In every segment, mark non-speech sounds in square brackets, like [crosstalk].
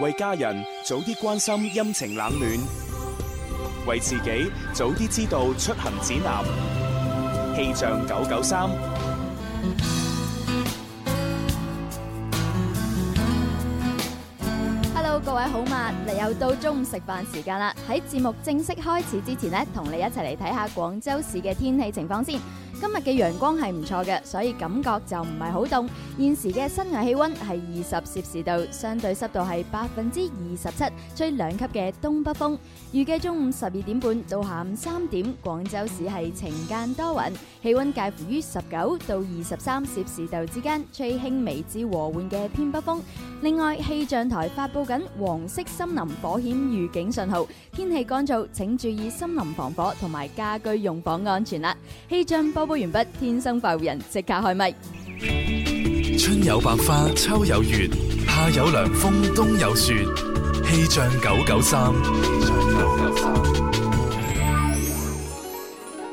為家人早啲關心陰晴冷暖，為自己早啲知道出行指南。氣象九九三， Hello，各位好嘛！嚟又到中午食飯時間啦。喺節目正式開始之前呢，同你一齊嚟睇下廣州市嘅天氣情況先。今日嘅陽光係唔錯嘅，所以感覺就唔係好凍。現時嘅室外氣温係二十攝氏度，相對濕度係百分之二十七，吹兩級嘅東北風。預計中午十二點半到下午三點，廣州市係晴間多雲，氣温介乎於十九到二十三攝氏度之間，吹輕微至和緩嘅偏北風。另外，氣象台發布緊黃色森林火險預警信號，天氣乾燥，請注意森林防火同埋家居用火安全啦。氣象播報完畢，天生快活人即刻開咪。春有百花，秋有月，夏有涼風，冬有雪。氣象九九三，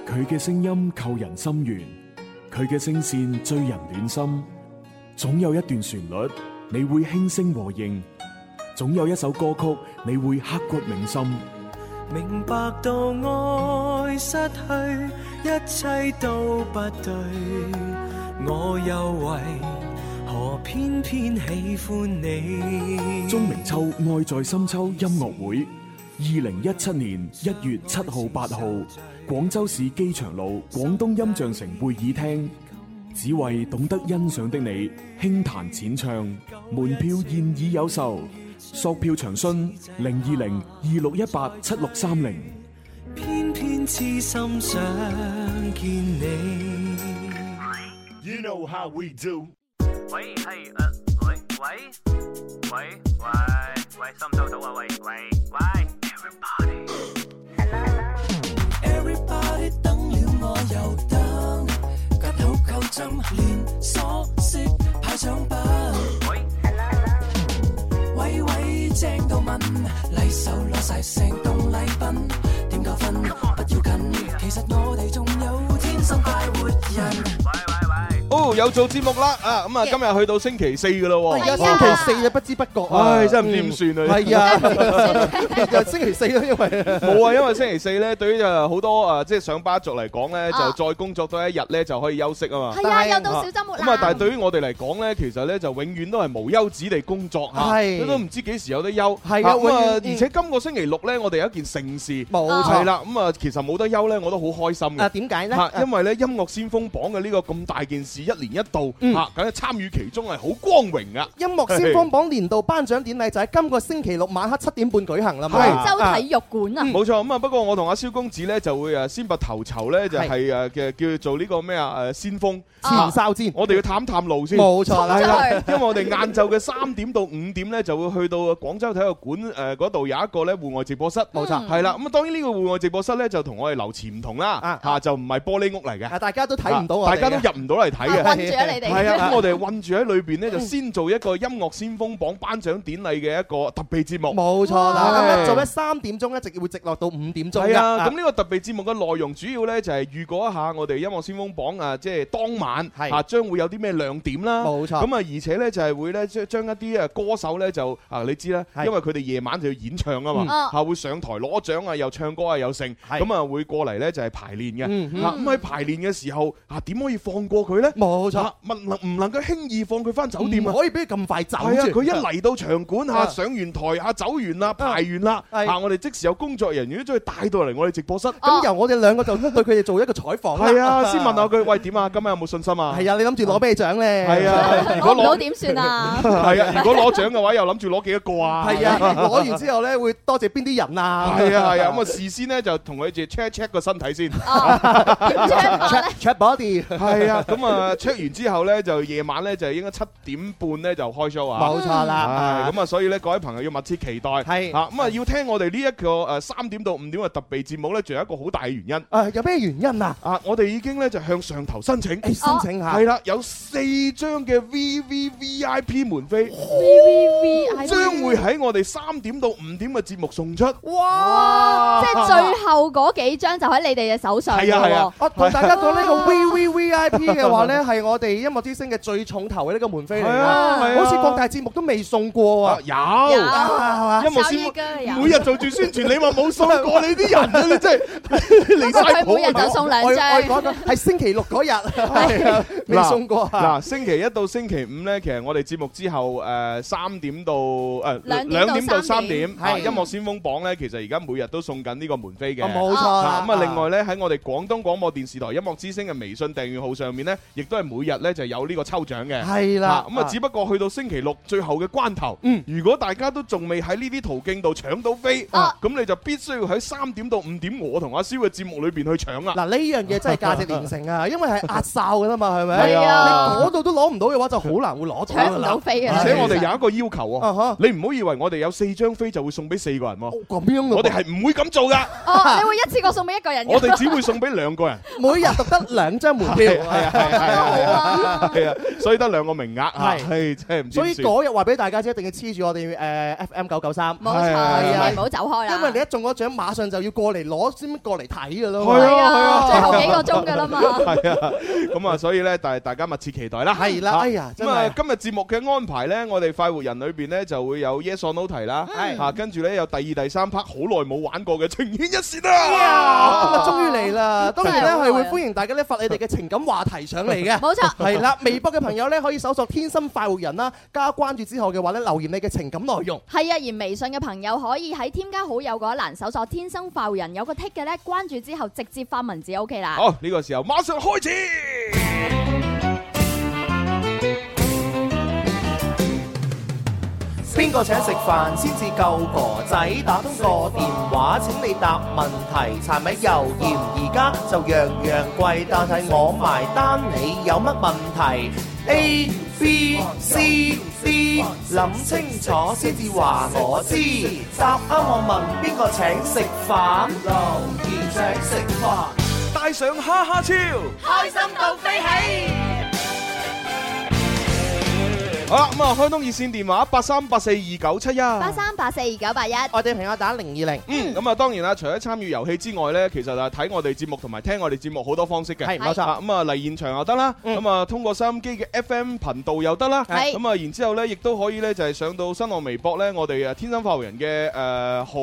佢嘅聲音扣人心弦，佢嘅聲線醉人暖心。總有一段旋律你會輕聲和應，總有一首歌曲你會刻骨銘心。明白到愛失去，一切都不對，我又為何偏偏喜歡你？鍾明秋愛在深秋音樂會，二零一七年一月七號、八號，廣州市機場路廣東音像城會議廳，只為懂得欣賞的你，輕彈淺唱，門票現已有售，索票詳詢零二零二六一八七六三零。偏偏痴心想見你。 You know how we do。喂，係誒，喂喂喂喂喂，收唔收到啊？喂喂喂，everybody， Everybody 等了我又等，吉口扣針連鎖式派獎品。喂喂喂，正到問，禮手攞晒成棟禮品，點夠分？不要緊，其實我哋仲有天生快活人。喂喂哦，有做節目啦啊！咁啊，今日去到星期四噶啦喎，而家係星期四就不知不覺啊，唉，真係唔知點算啊！ [laughs] 係啊， [laughs] 就星期四咯，因為冇啊，因為星期四咧，對於誒好多誒即係上班族嚟講咧，啊就再工作多一日咧就可以休息啊嘛。係啊，但係又到小周末啦。咁啊，但係對於我哋嚟講咧，其實咧就永遠都係無休止地工作嚇，係都唔知幾時有得休。係啊咁永遠而且今個星期六咧，我哋有一件盛事，冇係錯啦。咁啊，其實冇得休咧，我都好開心啊，嘅。點解咧？嚇，因為咧音樂先鋒榜嘅呢個咁大件事，一年一度嗯嚇，咁參與其中係好光榮啊！音樂先鋒榜年度頒獎典禮就喺今個星期六晚黑七點半舉行啦嘛。係廣州體育館啊，冇錯，咁啊，不過我同阿蕭公子咧就會誒先拔頭籌咧，就係誒嘅叫做呢個咩啊誒先鋒，啊前哨戰，我哋要探探路先。冇錯啦出。去 [laughs] 因為我哋晏晝嘅三點到五點咧，就會去到啊廣州體育館誒嗰度有一個咧戶外直播室，冇嗯錯係啦。咁啊，當然呢個戶外直播室咧就同我哋樓前唔同啦啊，嚇就唔係玻璃屋嚟嘅啊！，大家都睇唔到我大哋嘅，家都入唔到嚟睇啊嘅。困住咗係你哋。啊，咁我哋困住喺裏邊咧，就先做一個音樂先鋒榜頒獎典禮嘅一個特別節目。冇錯啦。哇咁一啊早咧三點鐘一直會直落到五點鐘㗎係啊，咁呢個特別節目嘅內容主要呢，就係預告一下我哋音樂先鋒榜啊，即係當晚係啊將會有啲咩亮點啦。冇錯咁啊，而且呢，就係會呢，將將一啲啊歌手呢，就啊你知啦，係因為佢哋夜晚就要演唱啊嗯嘛啊，嚇會上台攞獎啊，又唱歌啊，又剩，係咁啊會過嚟呢，就係排練嘅。嗯哼啊咁喺排練嘅時候啊，點可以放過佢呢？冇錯啊，唔能唔能夠輕易放佢翻酒店啊唔？可以俾佢咁快走係啊，住。佢一 [laughs] 嚟到場館嚇，啊上完台嚇，走完啦，排完啦，係嚇我哋即時有工作人員將佢帶到嚟我哋直播室。咁由我哋兩個就對佢哋做一個採訪啦。係啊，先問下佢，喂點啊？今日有冇信心啊？係啊，你諗住攞咩獎咧？ [laughs] 係啊，如攞果唔到攞點算啊？係啊，如果攞獎嘅話，又諗住攞幾多個啊？係啊，攞完之後咧會多謝邊啲人啊？係啊係啊，咁啊事先咧就同佢哋 check check 個身 [laughs] 體先。哦，點樣法咧 check check body 係啊，咁啊 check 完之後咧，就夜晚咧就應該七點半咧就開 show 啊。冇錯啦係。咁啊，所以咧各位朋友要密切期待。係啊，咁啊要聽我哋呢一個誒三點到五點嘅特備節目咧，仲有一個好大嘅原因啊，有咩原因啊？啊，我哋已經咧就向上頭申請。哦誒，申請下係啦，有四張嘅 V V V I P 門飛。 ？V V V，將會喺我哋三點到五點嘅節目送出。哇！即係最後嗰幾張就喺你哋嘅手上係啊係啊咯我同大家 [laughs] 講呢個 V V V I P 嘅話呢，係我哋音樂之星嘅最重頭嘅呢個門飛嚟係啊係㗎，啊好似各大節目都未送過啊啊！有有啊音樂手先語。歌有每日做住宣傳，你話冇送過你啲人啊！你 [laughs] 真係離晒佢譜每日就送兩我我張講講係星期六嗰日， [laughs] 係啊未送過啊！嗱，星期一到星期五咧，其實我哋節目之後誒三點到誒兩點到兩點到三三點，點啊係音樂先鋒榜咧，其實而家每日都送緊呢個門飛嘅。啊冇錯啊啦。咁啊，另外咧喺我哋廣東廣播電視台音樂之星嘅微信訂閱號上面咧，亦都係每日咧就有呢個抽獎嘅。係啦啊，咁啊，只不過去到星期六最後嘅關頭，嗯如果大家都仲未喺呢啲途徑度搶到飛，啊咁你就必須要喺三點到五點我同阿蕭嘅節目裏邊去搶啦。嗱呢樣嘢真係價值連城啊，因為係壓哨㗎啦嘛，係咪？係啊你嗰度都攞唔到嘅話，就好難會攞到搶㗎唔啦到。飛嘅，而且我哋有一個要求喎。啊哈，你唔好以為我哋有四張飛就會送俾四個人喎，哦咁樣㗎喎我哋係唔會咁做噶，哦，你會一次過送俾一個人嘅，我哋只會送俾兩個人，每日獨得兩張門票，係啊係啊。哇係啊，所以得兩個名額啊，係係真係唔知點算。所以嗰日話俾大家知，一定要黐住我哋誒 FM 九九三，冇係啊錯，係千啊祈唔好走開啦，因為你一中咗獎，馬上就要過嚟攞，先過嚟睇㗎咯。係係啊啊，最後幾個鐘㗎啦嘛，係啊，咁啊，所以咧，但係大家密切期待啦。係啦啊哎呀咁啊，真係今日節目嘅安排咧，我哋快活人裏邊咧就會有 Yes or No 題啦，嚇，跟住咧有第二、第三 part 好耐冇玩過嘅情牽一 [laughs] 線啦。咁啊，終於嚟啦！當然咧真係好係耐啊會歡迎大家咧發你哋嘅情感話題上嚟嘅。冇錯。係啦，微博嘅朋友咧可以搜索「天生快活人」啦，加關注之後嘅話咧留言你嘅情感內容。係啊，而微信嘅朋友可以喺添加好友嗰一欄搜索「天生快活人」，有個 tick 嘅咧，關注之後直接發文字 OK 啦。好，呢個時候馬上開始。邊個請食飯先至夠哥仔？打通個電話請你答問題，柴米油鹽而家就樣樣貴，但係我埋單，你有乜問題？A B C D，諗清楚先至話我知。答啱我問邊個請食飯？留言請食飯。帶上哈哈超，開心到飛起！好啦，咁啊，開通熱線電話八三八四二九七一。八三八四二九八一，我哋朋友打零二零，嗯，咁啊，當然啦，除咗參與遊戲之外呢，其實啊睇我哋節目同埋聽我哋節目好多方式嘅，係冇錯啊咁啊嚟現場又得啦，嗯咁啊通過收音機嘅 FM 頻道又得啦，係咁啊然之後呢，亦都可以呢，就係上到新浪微博呢，我哋啊天生發育人嘅誒號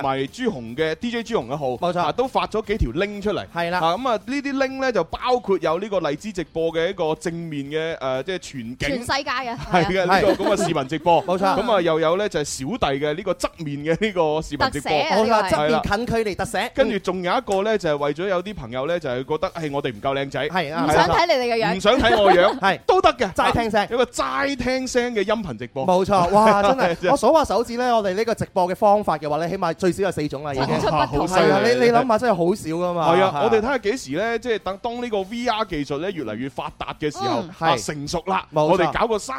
同埋朱紅嘅 DJ 朱紅嘅號，啊冇錯啊都發咗幾條 link 出嚟。係啦，啊咁啊！呢啲 link 咧就包括有呢個荔枝直播嘅一個正面嘅誒，即係全全景世界嘅係嘅啊呢個咁嘅視頻直播， [laughs] 冇錯咁啊又有咧就係小弟嘅呢個側面嘅呢個視頻直特播寫。我話側係啦邊近距離特寫，跟住仲有一個咧，就係為咗有啲朋友咧，就係覺得係我哋唔夠靚仔，係唔啊，想睇你哋嘅唔樣，想睇我 [laughs] 樣，係都得嘅，齋聽聲。有個齋聽聲嘅音頻直 [laughs] 播，冇錯，哇！真 [laughs] 真係係我數下手指咧，我哋呢個直播嘅方法嘅話咧，起碼最少有四種啦，已經層出。哇不好窮犀利係啊，你你真係諗下真係好少噶嘛。係啊，我哋睇下幾時咧，即係等當呢個 VR 技術咧越嚟越發達嘅時候嗯，啊係成熟啦，冇錯我哋搞個三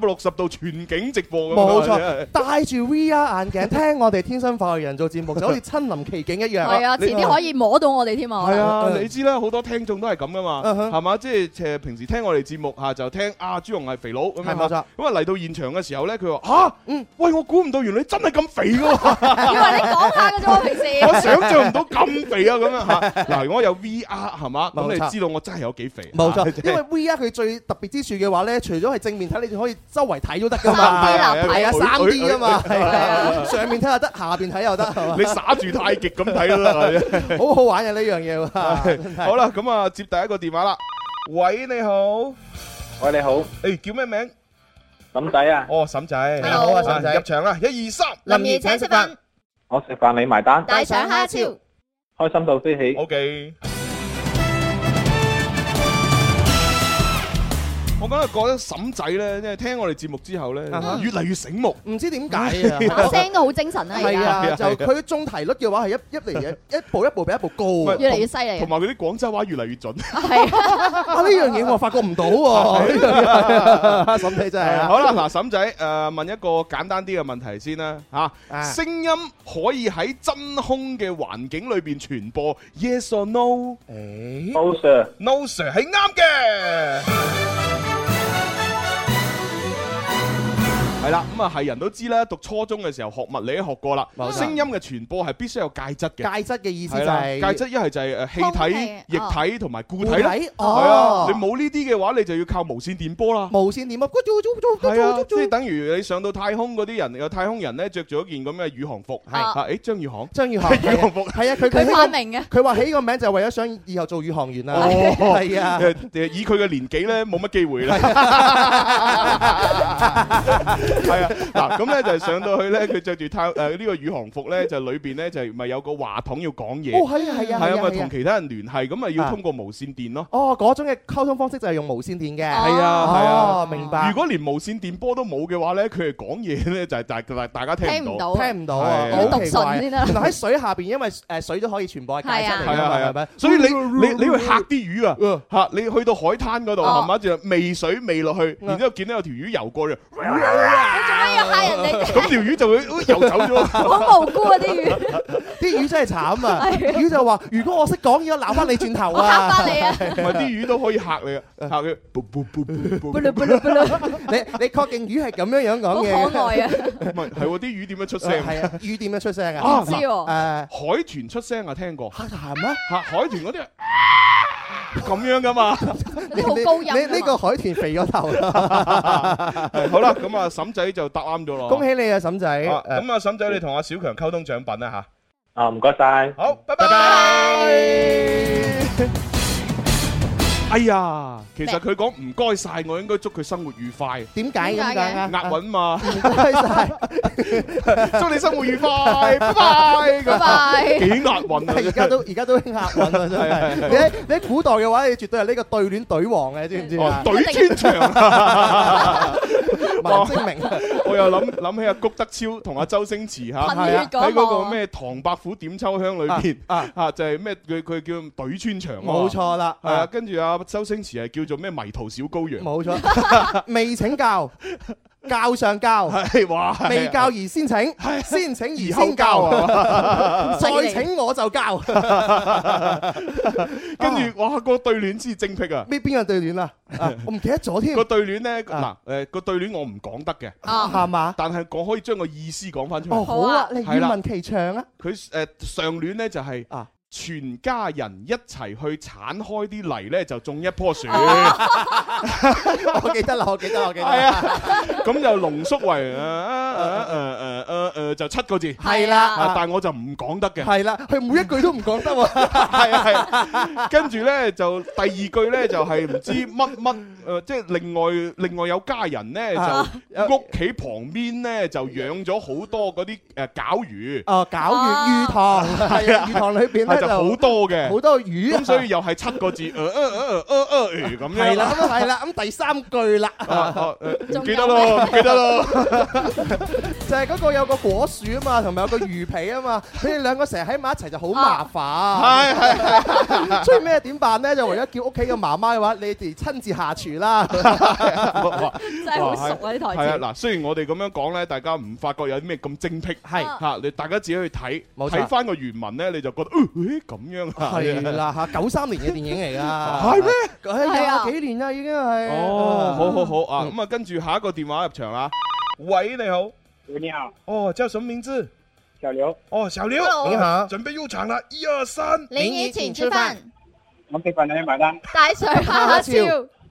百六十度全景直播咁冇樣錯，戴住 VR 眼鏡聽我哋天生快活人做節目，就好似親臨其境一樣。係啊，你遲啲可以摸到我哋添啊！係啊，嗯你知啦，好多聽眾都係咁噶嘛，嗯哼係嘛？即係誒平時聽我哋節目嚇就聽啊朱紅係肥佬咁樣係冇錯嗯嚇咁啊嚟到現場嘅時候咧，佢話嚇，喂我估唔到原來你真係咁肥 [laughs] 噶喎，以為你講下嘅啫喎，平啊我時。想象唔到咁肥啊咁樣嚇。嗱我有 VR 係嘛，咁冇錯你知道我真係有幾肥，啊冇錯係 [laughs] 即，係因為 VR 佢最特別之處嘅話咧，除咗係正面睇，你仲可以周圍睇都得噶三 D 嘛。哎啦，係啊，佢三 D 佢噶嘛，係啊，佢上面睇又得，下邊睇又得，係嘛你耍住太極咁 [laughs] 睇啦。好好玩嘅呢樣嘢喎。真係好啦，咁啊接第一個電話啦。喂，你好，喂，你好，誒叫咩名？林仔啊，哦，嬸仔，你好啊嬸仔入場啦，一二三。林怡請食飯，我食飯你埋單，大腸蝦超。開心到飛起。 O K。我梗係覺得嬸仔咧，即係聽我哋節目之後咧，啊哈越嚟越醒目。唔知點解啊？ [laughs] 把聲都好精神啊！而係家啊，就佢中題率嘅話係一一嚟嘢，一步一步比一步高啊。越嚟越犀利同，埋佢啲廣州話越嚟越準。係 [laughs] 啊呢樣嘢我發覺唔到 [laughs] [laughs] 喎，呢樣嘢哎沈你真係啊！哎好啦，嗱，嬸仔，誒呃問一個簡單啲嘅問題先啦，嚇，啊聲音可以喺真空嘅環境裏邊傳播，yes or no？No No sir， sir 係啱嘅。係啦，咁啊係人都知啦，讀初中嘅時候學物理都學過啦冇，錯聲音嘅傳播係必須有介質嘅。介質嘅意思就係啦，係介質一係就係誒空氣氣體、液哦體同埋固體固體啦。哦係啊，你冇呢啲嘅話，你就要靠無線電波啦。無線電波，係啊，即係等於你上到太空嗰啲人，有太空人咧着咗一件咁嘅宇航服，係啊，誒張宇航。張宇 [laughs] 航，宇航服係啊，佢佢起發個明嘅。佢話起個名就係為咗想以後做宇航員啦，[laughs] 哦係啊。誒誒以佢嘅年紀咧，冇乜機會啦。係啊，嗱，咁咧就係上到去咧，佢着住太誒呢個宇航服咧，就裏邊咧就係咪有個話筒要講嘢，哦，係啊，係啊，係啊，咪係同啊。其他人聯繫，咁咪啊要通過無線電咯。哦，嗰種嘅溝通方式就係用無線電嘅。係啊，係啊。哦，明白如。果連無線電波都冇嘅話咧，佢哋講嘢咧就係大大大家聽唔到。聽聽唔唔到。到啊，係啊好讀奇怪啊信先得原來喺水下邊，因為誒水都可以傳播嘅介質嚟㗎係嘛，啊係係咪啊？，所以你你你去嚇啲魚啊！呃嚇！你去到海灘嗰度哦係嘛，就未水未落去，嗯然之後見到有條魚游過就，你做乜要嚇人哋？咁條魚就會呃游走咗。好無辜啊，啲 [laughs] 魚。啲魚真係慘 [laughs] 啊！魚就話：如果我識講嘢，我鬧翻你轉頭啊！哎我嚇返你啊。唔係啲魚都可以嚇你啊！嚇 [laughs] 佢，噗噗噗噗噗唔 [laughs] 你你確定魚係咁樣樣講嘢？好可愛 [laughs] 啊。係係喎，啲魚點樣出聲？係啊，魚點樣出聲啊？啊知喎誒海豚出聲啊，聽過黑痰咩？嚇海豚嗰啲係咁樣噶嘛？啲好高音㗎嘛。啊你呢個海豚肥咗頭啦！ [laughs] 哦係好啦，咁啊嬸仔就答啱咗咯。恭喜你啊，嬸仔！誒啊咁啊，嬸仔你同阿小強溝通獎品啦啊，唔該晒。吓。好，[laughs] 拜拜。哎呀，其實佢講唔該晒，我應該祝佢生活愉快，點解咁樣啊？押韻嘛，唔該晒。 [laughs] 祝你生活愉快，啊 [laughs] [laughs] 拜拜。咁拜拜。幾押韻啊！而家都而家都興押韻啊！真係你喺你喺古代嘅話，你絕對係呢個對聯對王嘅，知唔知哦啊，？ [laughs] 懟穿 [laughs] 牆 [laughs] 啊！文精明 [laughs] 我又諗諗起阿谷德超同阿周星馳吓，噴血係啊嗰喺一幕嗰啊個咩《唐伯虎點秋香》裏邊啊，吓，就係咩佢佢叫懟穿牆啊嘛冇。錯啦，系啊，跟住阿周星馳係叫做咩迷途小羔羊，冇錯，未請教，教上教，係哇，係啊未教而先請，先請而而先後教教， [laughs] 啊，再請我就教。 [laughs] 跟住哇個對聯之精辟啊！邊邊個對聯啊？啊我唔記得咗添個，對聯咧嗱啊誒個對聯我唔講得嘅，啊係嘛？但係我可以將個意思講翻出哦，嚟。好啊，你係語啦文其長啊！佢誒上聯咧就係啊全家人一齊去剷開啲泥咧，就種一棵樹。我記得啦，我記得，我記得。係啊，咁就濃縮為誒誒誒誒誒就七個字。係啦啊啊！但係我就唔講得嘅，係啦，佢每一句都唔講得喎。係啊係。跟住咧就第二句咧就係唔知乜乜誒，即係另外另外有家人咧啊就屋企旁邊咧就養咗好多嗰啲誒餃魚，哦，搞啊魚魚塘 [laughs] 係啊，魚塘裏邊係咧就就好多好嘅。多魚啊。咁所以又係七個字，誒誒誒誒誒咁樣。係啦，咁係啦，咁第三句啦，啊，啊誒仲唔記有得咯，唔記 [laughs] 得咯。 [laughs] 就係嗰個有個果樹啊嘛，同埋有個魚皮啊嘛，佢哋兩個成日喺埋一齊就好麻啊煩。係係係。所以咩點辦咧？就為咗叫屋企嘅媽媽嘅話，你哋親自下廚 [laughs] 啦。哇真係好熟啊，啲台詞。係啊，嗱，雖然我哋咁樣講咧，大家唔發覺有啲咩咁精辟，係嚇你大家自己去睇，冇錯睇翻個原文咧，你就覺得，誒咁樣啊，係啦嚇，九三年嘅電影嚟㗎。 [laughs] 係咩？係係啊廿幾年啦，已經係。哦，好好好啊，咁啊，跟住下一個電話入場啦，喂，你好，喂，你好，哦，叫什麼名字？小劉，哦，小劉， Hello 你好準備入場啦，一二三，你以前出分，我食飯你去埋單，大水哈哈笑。日日蝦蝦笑。黐線都咁嘅喎，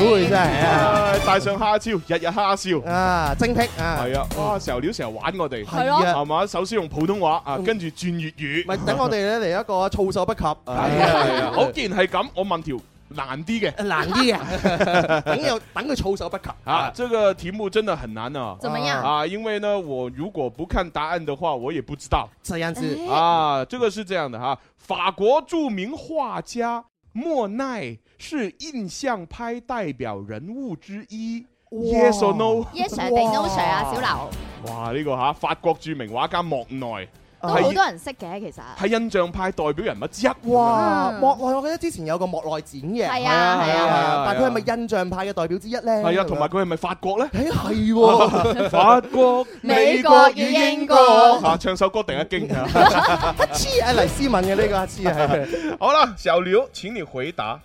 你。會真係啊唉帶上蝦超，日日蝦笑，啊，精辟啊！哎係啊，哇，小劉成日玩我哋，係咯係啊係嘛？首先用普通話啊，跟住轉粵語，咪等我哋咧嚟一個措手不及。係係啊係啊，好，既然係咁，我問條難啲 [laughs] 嘅。難啲 [laughs] 嘅，等又等佢措手不及啊，。这个题目真的很难啊。怎麼樣？啊啊，因为呢，我如果不看答案的话，我也不知道這樣子哎啊。这个是这样的哈、法国著名画家莫奈是印象派代表人物之一。Yes or no？ Yes sir 定 No sir 啊，小劉哇，呢、個吓、啊法國著名畫家莫奈都係哦好多人識嘅其實。係印象派代表人物之一。哇！嗯莫內我記得之前有個莫內展嘅，係係啊啊係係啊啊，但佢係咪印象派嘅代表之一咧？係啊，同埋佢係咪法國呢？誒係喎， [laughs] 法國、美國與英國啊，唱首歌定一經啊！黐啊黎思敏嘅呢個黐 [laughs] 係好啦，小劉，請你回答。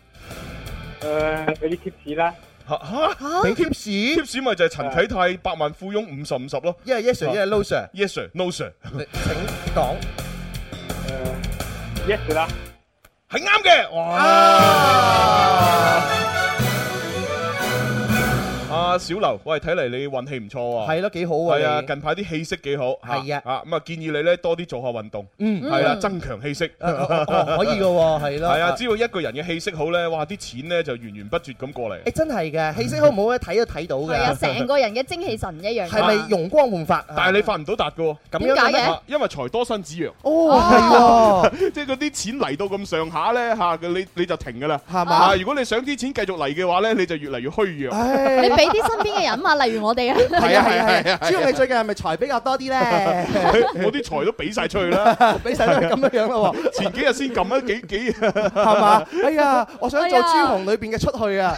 呃誒，俾啲 tips 啦。俾 tips， tips 咪就係陳啟泰百萬富翁五十五十咯。一係 yes sir，一係 no sir， Yes sir, no sir，你請講。呃 Yes 啦，係啱嘅。哇！啊，阿啊小劉，喂，睇嚟你運氣唔錯喎。係咯，幾好係啊，啊，你近排啲氣息幾好，嚇係啊嚇咁啊建議你咧多啲做下運動，嗯係啦，增強氣息。啊哦哦可以嘅喎，係咯。係啊，只要一個人嘅氣息好咧，哇，啲錢咧就源源不絕咁過嚟。誒真係嘅，嗯氣息好唔好咧？睇都睇到係啊，嘅。成個人嘅精氣神唔一樣㗎。啊係咪容光煥發？ [laughs] 但係你發唔到達嘅喎，咁點樣解嘅咩？嘅？哦啊因為財多身子弱，哦，係喎， [laughs] 即係嗰啲錢嚟到咁上下咧嚇，你你就停㗎啦。係嘛啊！？如果你想啲錢繼續嚟嘅話咧，你就越嚟越虛弱。唉你俾啲身邊嘅人嘛，例如我哋啊，係啊係係啊啊係係啊啊！主要你最近係咪財比較多啲咧？ [laughs] 我啲財都俾晒出去啦， [laughs] 俾晒都係咁樣樣咯喎，前幾日先撳咗幾幾，係嘛？哎呀，我想做哎呀朱紅裏邊嘅出去啊！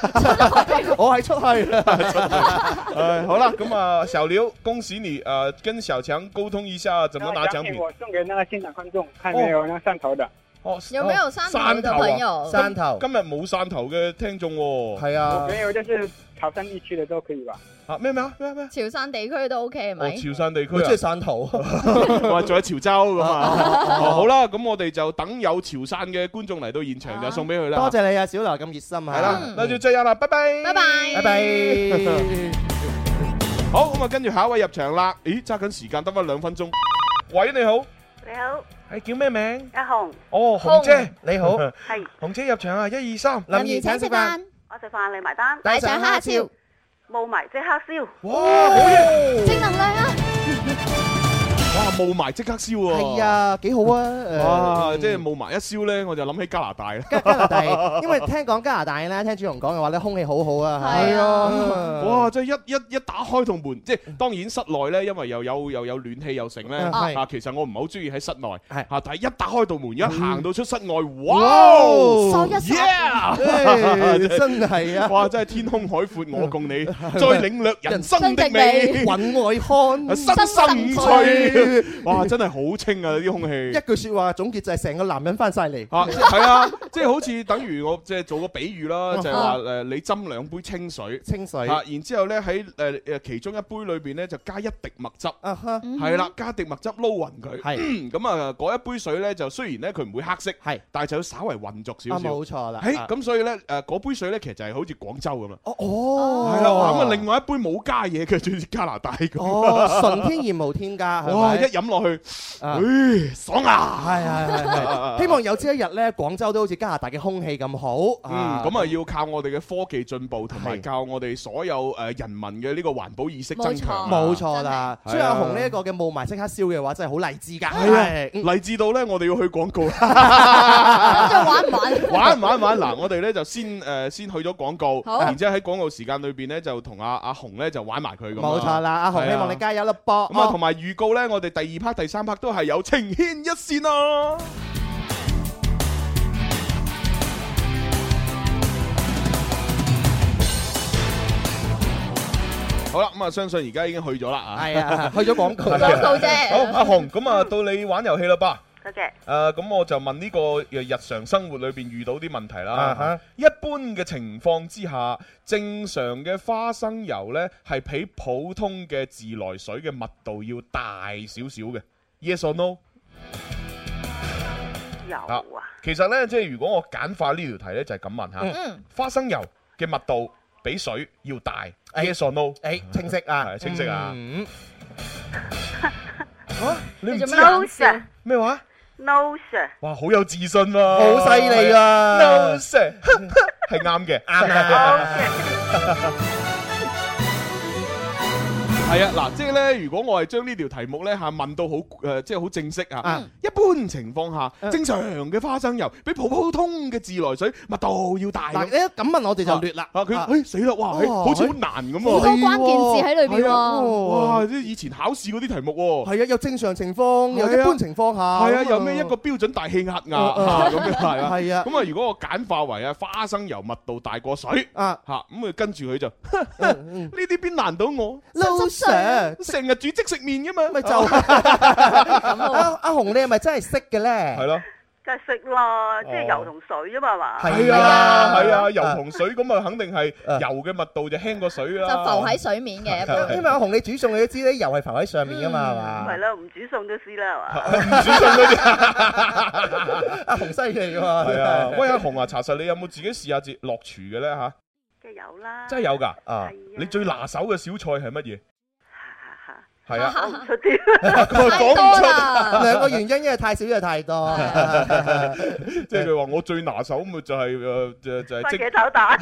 我係出 [laughs] 去，唉，好了，咁啊，小劉，恭喜你，呃，跟小強溝通一下怎么拿奖品。我送给那个现场观众，看没有那上头的。哦，啊有沒有山頭的朋友？山頭今日冇汕頭嘅聽眾喎。係啊没有，就是潮汕地区的都可以吧？啊咩咩啊咩咩？潮汕地區都 OK 係哦，咪？潮汕地佢中意區散頭，啊， [laughs] 話仲有潮州咁啊。哦，好啦，咁我哋就等有潮汕嘅觀眾嚟到現場就送俾佢啦。多謝你啊，小劉咁熱心啊！係啦，那就這樣啦，拜拜。拜。拜。拜拜。好，咁啊，跟住下一位入場啦。咦，揸緊時間得翻兩分鐘。喂，你好，你好，係叫咩名？阿紅，哦，紅姐，你好，係 [laughs] 紅姐入場啊，一二三。林怡請食飯，，我食飯你埋單，大上蝦超，霧霾即刻燒，哇，好嘢！正能量啊！哇，霧霾即刻燒喎。係。啊，幾好啊！哇！誒即係霧霾一燒咧，我就諗起加拿大啦。加加拿大，因為聽講加拿大咧，聽朱紅講嘅話咧，空氣好好啊，係啊嗯哇！即係一一一打開同門，即係當然室內咧，因為又有又有暖氣又成咧。啊係啊，其實我唔係好中意喺室內。係嗯啊，但係一打開道門，一行到出室外，哇哇索一索， ！Yeah！ [laughs] 唉真係啊， [laughs] 哇！真係天空海闊，我共 [laughs] 你，再領略人生的美， [laughs] 雲外看，身心趣。哇！真係好清啊！啲空氣。一句説話總結就係成個男人翻晒嚟，啊，係啊，即係好似等於我即係做個比喻啦，就係話誒，你斟兩杯清水。清水啊，然之後咧喺誒誒其中一杯裏邊咧就加一滴墨汁，啊哈，係啦，加滴墨汁撈勻佢。係嗯 [clears throat] 咁啊，嗰一杯水咧就雖然咧佢唔會黑色，係但係就要稍為混濁啊少少。冇錯啦，誒啊咁所以咧誒嗰杯水咧其實就係好似廣州咁啦。哦哦，係啦，咁啊另外一杯冇加嘢嘅，就好似加拿大咁。哦純天然無添加，係咪哇！一飲落去，啊唉，爽啊！係係係係， [laughs] 希望有朝一日咧，廣州都好似加拿大嘅空氣咁好。嗯，咁啊要靠我哋嘅科技進步，同埋係靠我哋所有誒人民嘅呢個環保意識增強。啊冇錯啦。真所係啊以阿紅呢一個嘅霧霾即刻燒嘅話，真係好勵志㗎。係嗯嚟至啊到呢，我哋要去廣告啦。[laughs] 啊咁就玩唔玩？ [laughs] 玩唔玩唔玩嗱，啊我哋咧就先誒先去咗廣告，好然之後喺廣告時間裏邊咧就同阿阿紅咧就玩埋佢咁。冇錯。啦，阿係紅啊希望你加油啦，噃。咁啊，同埋預告咧，我哋第二 part、第三 part 都係有情牽一線啊！好啦，咁啊，相信而家已經去咗啦啊！係啊，去咗廣告啦。廣告好，啫。阿紅，咁啊，到你玩遊戲啦吧。多謝。誒啊咁、我就問呢個日常生活裏邊遇到啲問題啦。啊哈一般嘅情況之下，正常嘅花生油呢係比普通嘅自來水嘅密度要大少少嘅。Yes or no？有啊啊，其實呢，即係如果我簡化呢條題呢，就係咁問嚇。嗯，花生油嘅密度比水要大。Yes or no？誒，哎清晰啊，係清晰啊嗯你唔你做知 à? no sir 啊咩咩啊話？ no sir，哇，好有自信啊！好犀利啊啊 No sir，係 [laughs] 啱嘅，啱 [laughs] 係啊，嗱，即係咧，如果我係將呢條題目咧嚇問到好誒，即係好正式啊啊。一般情況下，嗯正常嘅花生油比普普通嘅自來水密度要大嗱，咁。你一咁問我哋就劣啦。啊，佢啊誒死啦！哇，誒哦哎好似好難咁好喎。多關鍵字喺裏邊係喎。哇！即係以前考試嗰啲題目喎。係啊，有正常情況，有係啊一般情況下。係啊，咁有咩一個標準大氣壓壓嗯嚇 [laughs] 咁樣係啊。係啊咁啊，如果我簡化為啊花生油密度大過水啊嚇，咁啊跟住佢就呢啲邊難到我？ ，no sir，成日煮即食麵噶嘛，[laughs] 啊咪就阿阿紅你係咪真係識嘅咧？係咯。咁梗係識啦，即係油同水啫嘛，係嘛？係啊，係啊，油同水咁啊，肯定係油嘅密度就輕過水啦。就浮喺水面嘅一般。因為阿紅你煮餸你都知啊咧，油係浮喺上嗯面噶嘛，係唔嘛係？啦，唔煮餸都知啦，係嘛？阿 [laughs] 啊紅犀利喎，係啊，喂阿紅啊，查實你有冇自己試下自落廚嘅咧吓？梗係有啦。真係有㗎啊！你最拿手嘅小菜係乜嘢？係 [laughs] 啊，講唔出啲，佢講唔出啊兩個原因，一係太少，一係太多。 [laughs] 即係佢話我最拿手咪就係誒就就係番蒸茄炒蛋。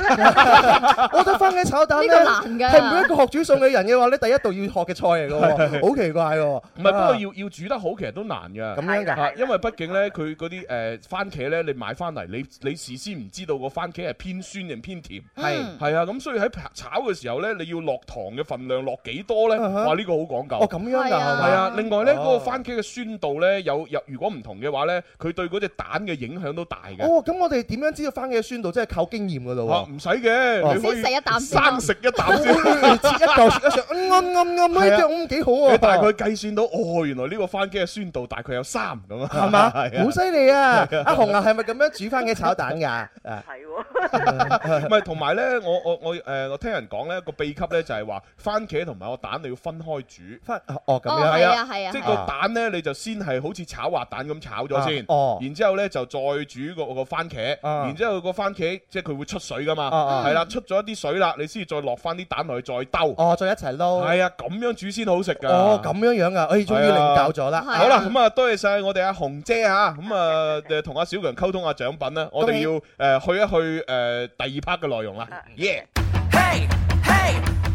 我覺得番茄炒蛋咧呢個難㗎係每一個學煮餸嘅人嘅話咧，第一道要學嘅菜嚟嘅喎，好奇怪喎。 [laughs] 唔係，不過要要煮得好，其實都難嘅。啊咁樣㗎啊因為畢竟咧，佢嗰 [laughs] 啲誒番茄咧，你買翻嚟，你你事先唔知道個番茄係偏酸定偏甜。係係啊，咁所以喺炒嘅時候咧，你要落糖嘅份量落幾多咧？哇，呢個好講究。嗯哦咁樣㗎係啊係啊，另外咧，哦嗰個番茄嘅酸度咧，有有如果唔同嘅話咧，佢對嗰隻蛋嘅影響都大嘅。哦，咁我哋點樣知道番茄酸度？真係靠經驗㗎啊咯喎。唔使嘅，哦你可以先食一啖先啊生食一啖 [laughs] 先，切一嚿切一嚿，嗯啱啱啱呢係啊隻咁幾好喎。你大概計算到，哦，原來呢個番茄嘅酸度大概有三咁啊，係嘛？ [laughs] 係啊啊好犀利 [laughs] 啊係！阿紅啊，係咪咁樣煮番茄炒蛋㗎？係 [laughs] 唔係，同埋咧，我我我誒，我聽人講咧個秘笈咧就係話番茄同埋個蛋你要分開煮。番哦咁樣哦係啊係啊即係係個啊蛋咧你就先係好似炒滑蛋咁炒咗先啊，哦然之後咧就再煮個個番茄，啊然之後個番茄即係佢會出水噶嘛，啊啊係啦，出咗一啲水啦，你先至再落翻啲蛋落去再兜。哦，再一齊撈。係啊，咁樣煮先好食 [laughs] 㗎。哦，咁樣樣啊，哎，終於領教咗啦。係啊好啦，咁啊，多謝晒我哋阿紅姐啊，咁啊，誒同阿小強溝通下獎品啦，我恭哋喜要誒去一去誒第二 part 嘅內容啊啦，yeah。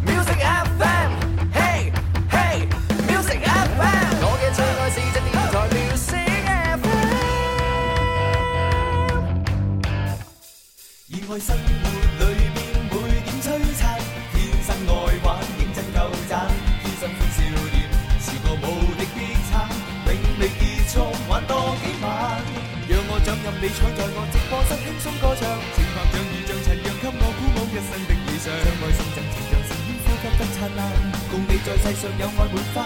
Music FM，Hey Hey，Music FM，我嘅最愛是只電台 Music FM。熱愛生活裏面每點璀璨，天生愛玩，認真夠讚，天生歡笑臉，是個無敵必撐，永未結束，玩多幾晚。讓我掌任你搶在我直播室輕鬆歌唱，情拍像雨像塵，讓給我鼓舞一生的理想。將愛心贈情，讓神牽呼吸得啊燦爛，共你在世上有愛滿花。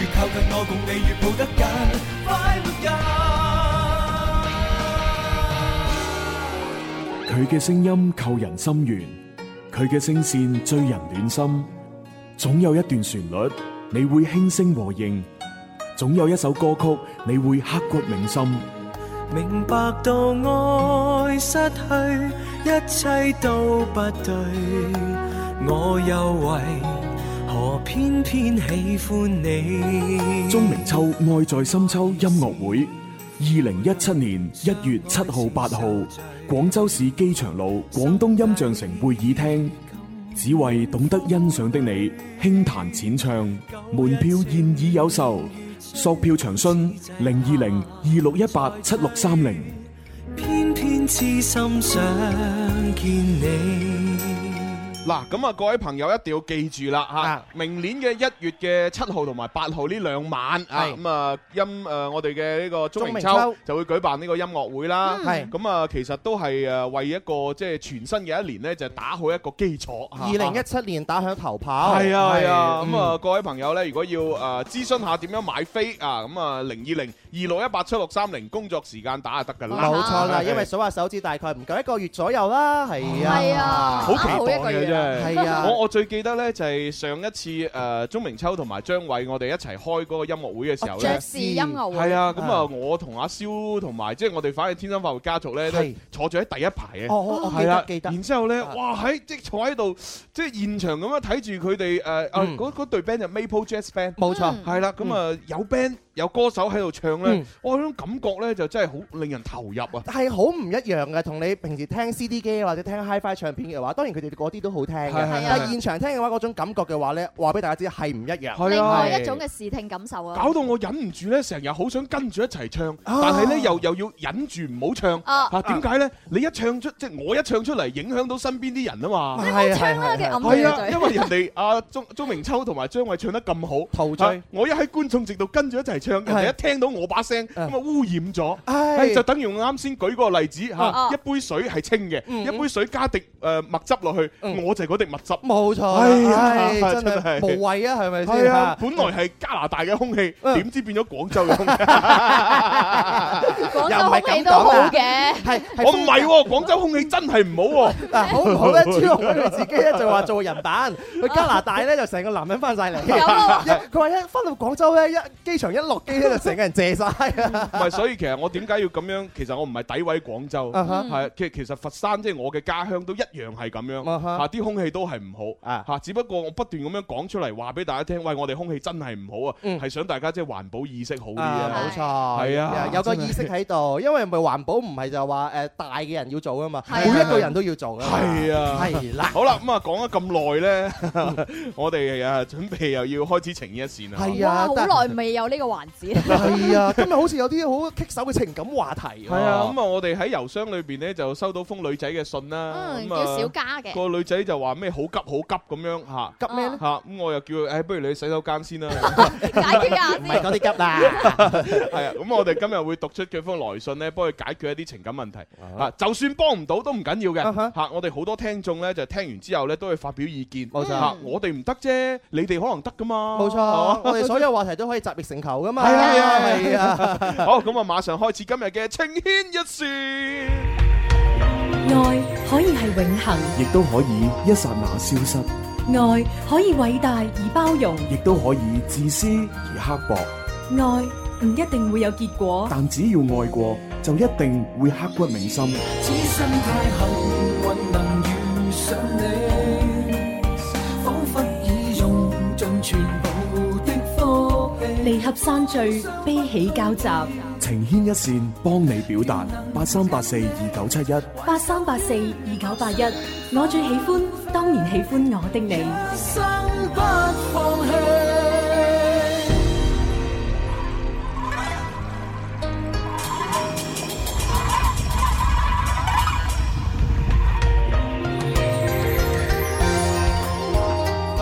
越靠近我，共你越抱得緊，快活人。佢嘅聲音扣人心弦，佢嘅聲線醉人暖心。總有一段旋律你會輕聲和應，總有一首歌曲你會刻骨銘心。明白到愛失去，一切都不對，我又為何偏偏喜歡你？鍾明秋愛在深秋音樂會，二零一七年一月七號、八號，廣州市機場路廣東音像城會議廳，只為懂得欣賞的你輕彈淺唱。門票現已有售，索票詳詢零二零二六一八七六三零。偏偏痴心想見你。嗱，咁啊，各位朋友一定要記住啦嚇，明年嘅一月嘅七號同埋八號呢兩晚啊，係咁啊音誒我哋嘅呢個鍾鐘明明秋秋就會舉辦呢個音樂會啦。嗯係咁啊，其實都係誒為一個即係全新嘅一年呢，就打好一個基礎。二零一七年打響頭炮。係啊係啊，咁啊嗯各位朋友呢，如果要誒諮詢下點樣買飛啊，咁啊零二零二六一八七六三零工作時間打就得㗎啦。冇錯啦，係因為數下手指大概唔夠一個月左右啦，係啊，係啊好期待嘅真係啊，我我最記得咧就係上一次誒鐘明秋同埋張偉我哋一齊開嗰個音樂會嘅時候咧，爵士音樂會係啊，咁啊我同阿蕭同埋即係我哋反正天生發育家族咧，都係坐咗喺第一排嘅，哦我我記得係啊記得然之後咧，哇喺即係坐喺度，即係現場咁樣睇住佢哋誒啊嗰嗰隊 band 就 Maple Jazz Band，嗯冇錯嗯係啦，咁啊有 band 有歌手喺度唱咧嗯，我嗰種感覺咧就真係好令人投入啊！係好唔一樣嘅，同你平時聽 CD 機或者聽 hi-fi 唱片嘅話，當然佢哋嗰啲都好聽嘅，係係係但係現場聽嘅話，嗰種感覺嘅話咧，話俾大家知係唔一樣。係另啊外一種嘅視聽感受啊。搞到我忍唔住咧，成日好想跟住一齊唱，啊但係咧又又要忍住唔好唱。啊啊，點解咧？你一唱出，即係我一唱出嚟，影響到身邊啲人啊嘛。你冇唱啦係係係你係揞住個啊，嘴因為人哋阿鐘鐘明秋同埋張偉唱得咁好，陶醉啊。我一喺觀眾席度跟住一齊唱，人哋一聽到我把聲，咁啊污染咗，唉唉就等於我啱先舉嗰個例子啊嚇，一杯水係清嘅，嗯一杯水加滴誒墨汁落去，我就係嗰滴墨汁，冇錯哎呀唉真係無謂啊係咪先係啊嚇，嗯本來係加拿大嘅空氣，點知變咗廣州嘅空氣？ [laughs] 又唔係咁講啊廣州空氣都好嘅，我唔係喎，廣州空氣真係唔好喎。嗱， [laughs] 好唔好咧？朱紅佢自己咧就話做人版，去加拿大咧就成個男人翻晒嚟。 [laughs] 有啊一佢話一翻到廣州咧，一機場一落機咧就成個人謝晒啊！ [laughs] 唔係，所以其實我點解要咁樣？其實我唔係詆毀廣州，啊哈係其其實佛山即係我嘅家鄉都一樣係咁樣，啊哈啊嚇啲空氣都係唔好，嚇只不過我不斷咁樣講出嚟話俾大家聽，喂，我哋空氣真係唔好啊，係想大家即係環保意識好啲嗯啊，啊，冇錯，係啊，有個真係意識喺度，因為咪環保唔係就話誒大嘅人要做噶嘛，係啊每一個人都要做噶。係啊，係啦。好啦，咁啊講咗咁耐咧， [laughs] 我哋啊準備又要開始情意一線啦。係哇，啊好耐未有呢個環節。 [laughs] 係啊，今日好似有啲好棘手嘅情感話題喎。係啊，咁啊，我哋喺郵箱裏邊咧就收到封女仔嘅信啦。嗯咁啊叫小嘉嘅個女仔就話咩好急好急咁樣嚇，急咩咧嚇咁我又叫佢，哎誒，不如你去洗手間先啦。 [laughs] 解決下唔係嗰啲急啦。 [laughs] 係啊，咁我哋今日會讀出佢封來信咧，幫佢解決一啲情感問題。啊，就算幫唔到都唔緊啊要嘅。嚇，我哋好多聽眾咧就聽完之後咧都會發表意見。冇錯我哋唔得啫，你哋可能得噶嘛。 [laughs] 冇錯，係嘛我哋所有話題都可以集腋成裘噶嘛。係 [laughs] 啊係啊係啊。好，咁啊，馬上開始今日嘅情牽一線。愛可以係永恒，亦都可以一刹那消失，愛可以偉大而包容，亦都可以自私而刻薄，愛唔一定會有結果。但只要愛過，就一定會刻骨銘心。此生太幸運能遇上你，彷彿已用盡全部的福氣。離合山聚，悲喜交集。情牽一線，幫你表達。八三八四二九七一，八三八四二九八一，我最喜歡，當然喜歡我的你。一生不放棄。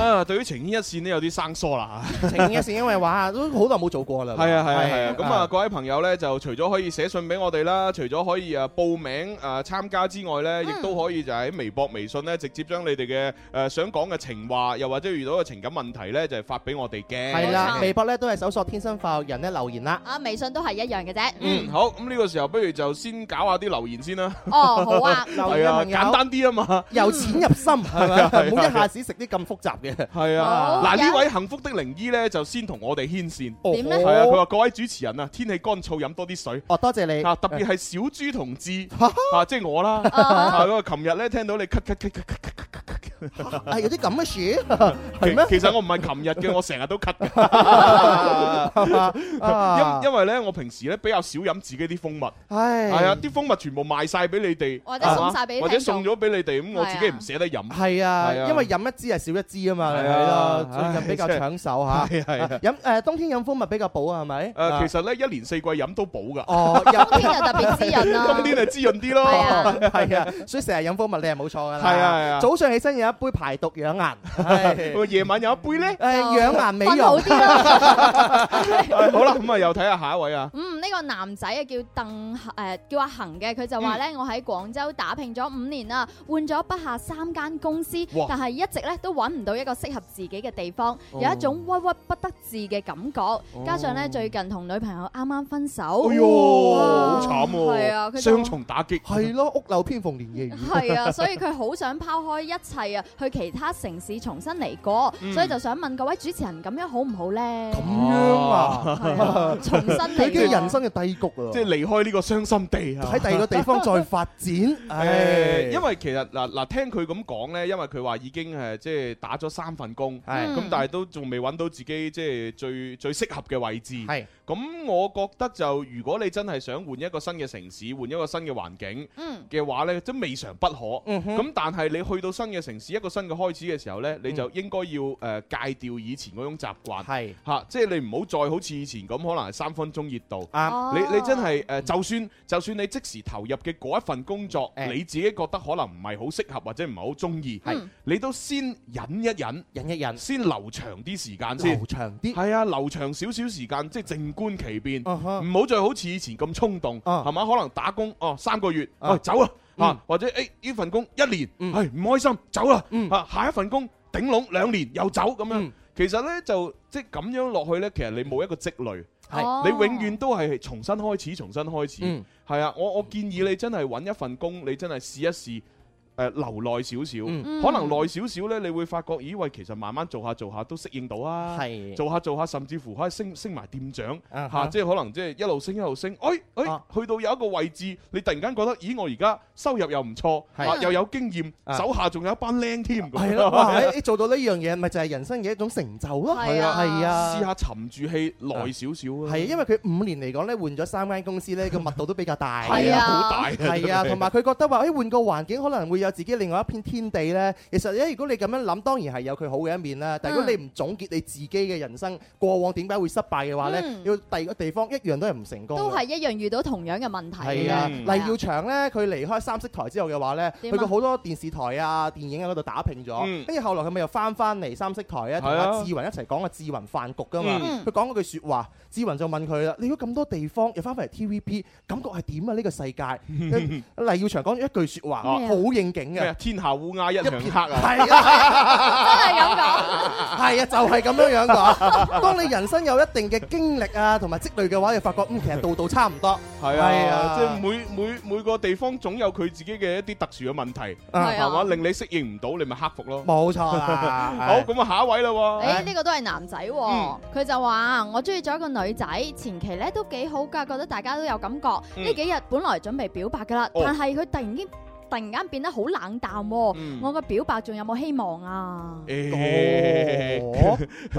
啊，對於情牽一線呢，有啲生疏啦。 [laughs] 情意一線，因為話都好耐冇做過啦。 [laughs] 係啊係啊係啊！咁啊，各位朋友呢，就除咗可以寫信俾我哋啦，除咗可以啊報名啊參加之外嗯呢，亦都可以就喺微博、微信呢，直接將你哋嘅誒想講嘅情話，又或者遇到嘅情感問題呢，就係發俾我哋嘅。嗯係啦，微博咧都係搜索天生快育人咧留言啦。啊，微信都係一樣嘅啫。嗯，好，咁呢個時候不如就先搞下啲留言先啦。哦好 [laughs] 啊留係言嘅啊，朋友簡單啲啊嘛，由淺入深係 [laughs] 係啊係啊咪？唔好一下子食啲咁複雜嘅。係啊，好嗱呢位幸福的靈醫呢，就先同我哋牽線。點呢係啊，佢話各位主持人啊，天氣乾燥，飲多啲水。哦，多謝你。啊，特 [laughs] 別係小豬同志啊，即係我啦。啊啊，咁啊，琴日咧聽到你咳咳咳咳咳啊，有啲咁嘅事 [laughs] 係咩咳，？其其實我唔係琴日嘅，我成日都咳嘅。 [laughs] 啊 [laughs] 因因為咧，我平時咧比較少飲自己啲蜂蜜。唉係啊，啲蜂蜜全部賣晒俾你哋，或者送係嘛晒俾或者聽眾送咗俾你哋，咁我自己唔捨得飲。係啊，係啊因為飲一支係少一支啊嘛，係係啊咯，最近比較唉搶手嚇。 [laughs] 真係係啊飲誒冬天飲蜂蜜比較補啊，係咪？誒，其實咧一年四季飲都補㗎。哦，冬天就特別滋潤啦 [laughs] 冬天就滋潤啲咯。係啊，所以成日飲蜂蜜你係冇錯㗎啦。係啊係啊早上起身有一杯排毒養 [laughs] 顏，咁啊夜晚有一杯咧，誒養顏美容。瞓好 [laughs] 啲啦 [laughs] 係好啦，咁啊又睇下下一位啊。嗯，呢、個男仔啊叫鄧誒、呃叫阿恒嘅，佢就話嗯咧，我喺廣州打拼咗五年啦，換咗不下三間公司哇，但係一直咧都揾唔到一個適合自己嘅地方，哦有一種鬱鬱不得志嘅感覺。加上咧最近同女朋友啱啱分手，哦哎呦，好慘喎！係啊，佢就雙重打擊。係咯，屋漏偏逢連夜雨。係啊， [laughs] 所以佢好想拋開一切啊，去其他城市重新嚟過，嗯所以就想問各位主持人咁樣好唔好咧？啊咁樣係啊啊，重新嚟過佢已經人生嘅低谷啊，即係離開呢個傷心地啊！喺第二個地 [laughs] 方再發展。唉誒，因為其實嗱嗱聽佢咁講呢，因為佢話已經誒即係打咗三份工，係咁嗯但係都仲未揾到自己即係最最適合嘅位置。係咁，我覺得就如果你真係想換一個新嘅城市，換一個新嘅環境嗯嘅話呢，真未嘗不可。嗯哼嗯咁但係你去到新嘅城市，一個新嘅開始嘅時候呢，你就應該要誒呃戒掉以前嗰種習慣。係嚇，即係你唔好再好似以前咁，可能係三分鐘熱度。啱哦，你你真係誒、呃就算就算你即時投入嘅嗰一份工作，你自己覺得可能唔係好適合或者唔係好中意，嗯嗯係你都先忍一忍，忍一忍，先留長啲時間先，留長啲，嗯係啊，留長少少時間，即係靜觀其變，唔好再好似以前咁衝動，係嘛？可能打工哦三個月，啊喂走啊嗯嚇，或者誒呢份工一年，係唔開心，走啦啊下一份工頂籠兩年又走咁樣，其實呢，就即係咁樣落去呢，其實你冇一個積累。係你永遠都係重新開始，重新開始。係嗯啊，我我建議你真係揾一份工，你真係試一試。誒、留耐少少，嗯可能耐少少呢，你會發覺，咦喂，其實慢慢做下做下都適應到啊，係做下做下，甚至乎可以升升埋店長嚇、啊即係可能即係一路升一路升，哎哎，去到有一個位置，你突然間覺得，咦，我而家收入又唔錯，係啊又有經驗，啊手下仲有一班僆添，係 [laughs] 咯，哇！誒誒做到呢樣嘢，咪就係人生嘅一種成就咯。係啊係啊，試下沉住氣耐少少啊，係啊，因為佢五年嚟講咧，換咗三間公司咧，個密度都比較大。係啊好大啊係真啊，係同埋佢覺得話，誒換個環境可能會有自己另外一片天地咧。其實咧，如果你咁樣諗，當然係有佢好嘅一面啦。但係如果你唔總結你自己嘅人生過往點解會失敗嘅話咧嗯，要第二個地方一樣都係唔成功嘅。都係一樣遇到同樣嘅問題嘅係啊，嗯黎耀祥咧，佢離開三色台之後嘅話咧，點去啊過好多電視台啊、電影啊嗰度打拼嗯咗，跟住後來佢咪又翻翻嚟三色台啊，同係啊阿志雲一齊講個志雲飯局噶嘛嗯。佢講嗰句説話，志雲就問佢啦：你如果咁多地方又翻返嚟 TVB，感覺係點啊？呢個世 [laughs] 界，黎耀祥講咗一句説話，咩啊好應景咩啊嘅，天下烏鴉一向黑啊，係啊，係啊，就係咁樣樣講。 [laughs] 當你人生有一定嘅經歷啊，同埋積累嘅話，你發覺嗯，其實度度差唔多。係啊，即係每每每個地方總有佢自己嘅一啲特殊嘅問題，啊係嘛？令你適應唔到，你咪克服咯。冇錯啦 [laughs] 好，咁啊下一位啦誒喎。哎呢個都係男仔喎，佢就話啊我中意咗一個女仔，前期咧都幾好㗎，覺得大家都有感覺。嗯呢幾日本來準備表白㗎啦，哦但係佢突然間突然間變得好冷淡喎嗯，我個表白仲有冇希望啊？誒